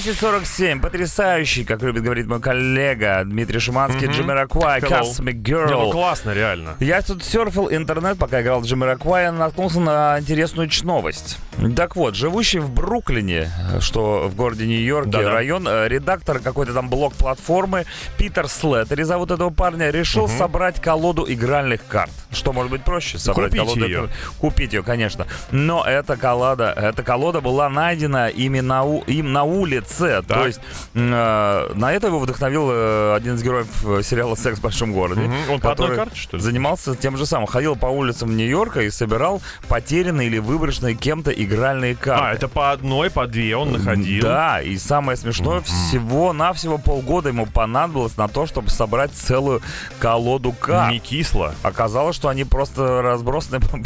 S2: 10.47. Потрясающий, как любит говорить мой коллега Дмитрий Шуманский, Джамиракуай,
S3: Hello.
S2: Cosmic
S3: Не, ну
S2: Girl.
S3: классно, реально.
S2: Я тут серфил интернет, пока играл в Джамиракуай, наткнулся на интересную ч- новость. Так вот, живущий в Бруклине, что в городе Нью-Йорке,
S3: Да-да.
S2: район, э, редактор какой-то там блок-платформы, Питер Слеттери зовут этого парня, решил собрать колоду игральных карт. Что может быть проще? Собрать
S3: Купить
S2: колоду
S3: ее.
S2: игральных- Купить ее, конечно. Но эта колода, эта колода была найдена ими на, у- им на улице.
S3: Так.
S2: То есть м, э, на это его вдохновил э, один из героев э, сериала «Секс в большом городе».
S3: Мгм. Он по одной
S2: который
S3: карте, что ли?
S2: Занимался тем же самым. Ходил по улицам Нью-Йорка и собирал потерянные или выброшенные кем-то игральные карты.
S3: А, это по одной, по две он находил.
S2: Да, и самое смешное, всего-навсего полгода ему понадобилось на то, чтобы собрать целую колоду карт.
S3: Не кисло.
S2: Оказалось, что они просто разбросаны *laughs* по,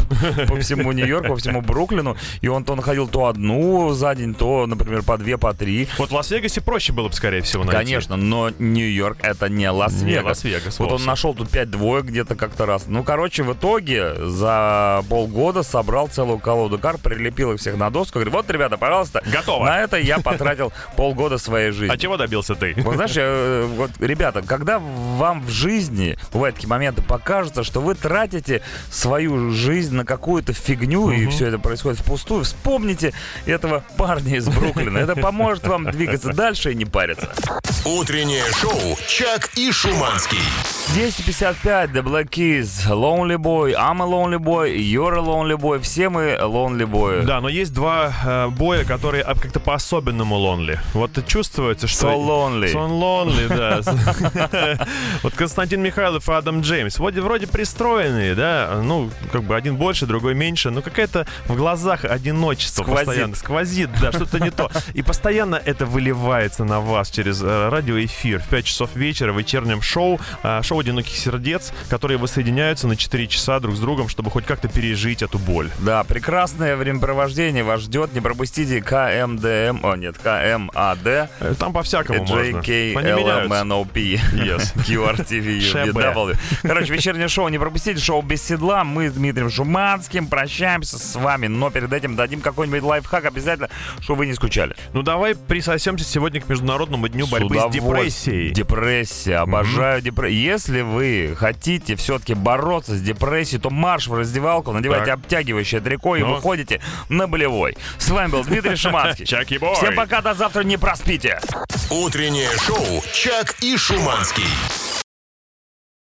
S2: по всему Нью-Йорку, по всему Бруклину. И он то находил то одну за день, то, например, по две, по три.
S3: Вот в Лас-Вегасе проще было бы, скорее всего, найти.
S2: Конечно, но Нью-Йорк это не
S3: Не,
S2: Лас-Вегас.
S3: Лас-Вегас.
S2: Вот он
S3: вовсе.
S2: нашел тут 5 двоек где-то как-то раз. Ну, короче, в итоге за полгода собрал целую колоду карт, прилепил их всех на доску. Говорит, вот, ребята, пожалуйста.
S3: Готово.
S2: На это я потратил *laughs* полгода своей жизни.
S3: А чего добился ты?
S2: Вот знаешь, я, э, вот, ребята, когда вам в жизни бывают такие моменты, покажется, что вы тратите свою жизнь на какую-то фигню, и все это происходит впустую, вспомните этого парня из Бруклина. Это поможет вам двигаться дальше и не париться.
S1: Утреннее шоу «Чак и Шуманский».
S2: 255, The Black Keys, Lonely Boy, I'm a Lonely Boy, You're a Lonely Boy, все мы Lonely Boy.
S3: Да, но есть два э, боя, которые а, как-то по-особенному лонли. Вот чувствуется, что...
S2: So lonely.
S3: So lonely, да. *laughs* Вот Константин Михайлов и Адам Джеймс. Вроде, вроде пристроенные, да? Ну, как бы один больше, другой меньше. Но какая-то в глазах одиночество
S2: Сквозит.
S3: постоянно. Сквозит, да, что-то не то. И постоянно это выливается на вас через э, радиоэфир в 5 часов вечера в вечернем шоу, э, шоу «Одиноких сердец», которые воссоединяются на 4 часа друг с другом, чтобы хоть как-то пережить эту боль.
S2: Да, прекрасное времяпровождение вас ждет. Не пропустите КМДМ, о нет, А КМАД,
S3: Э, Там по-всякому можно. Они меняются.
S2: JKLMNOP,
S3: Yes.
S2: QRTV,
S3: ШБ.
S2: UBW. Короче, вечернее шоу не пропустите, шоу без седла. Мы с Дмитрием Жуманским прощаемся с вами, но перед этим дадим какой-нибудь лайфхак обязательно, чтобы вы не скучали.
S3: *laughs* Ну давай присосемся сегодня к Международному дню борьбы с
S2: удовольствием.
S3: депрессией.
S2: Депрессия. Обожаю депрессию. Если вы хотите все-таки бороться с депрессией, то марш в раздевалку, надевайте
S3: Так.
S2: обтягивающее трико и
S3: Ну.
S2: выходите на болевой. С вами был Дмитрий
S3: *laughs*
S2: Шиманский.
S3: Чаки бой.
S2: Всем пока, до завтра, не проспите.
S1: Утреннее шоу «Чак и Шуманский».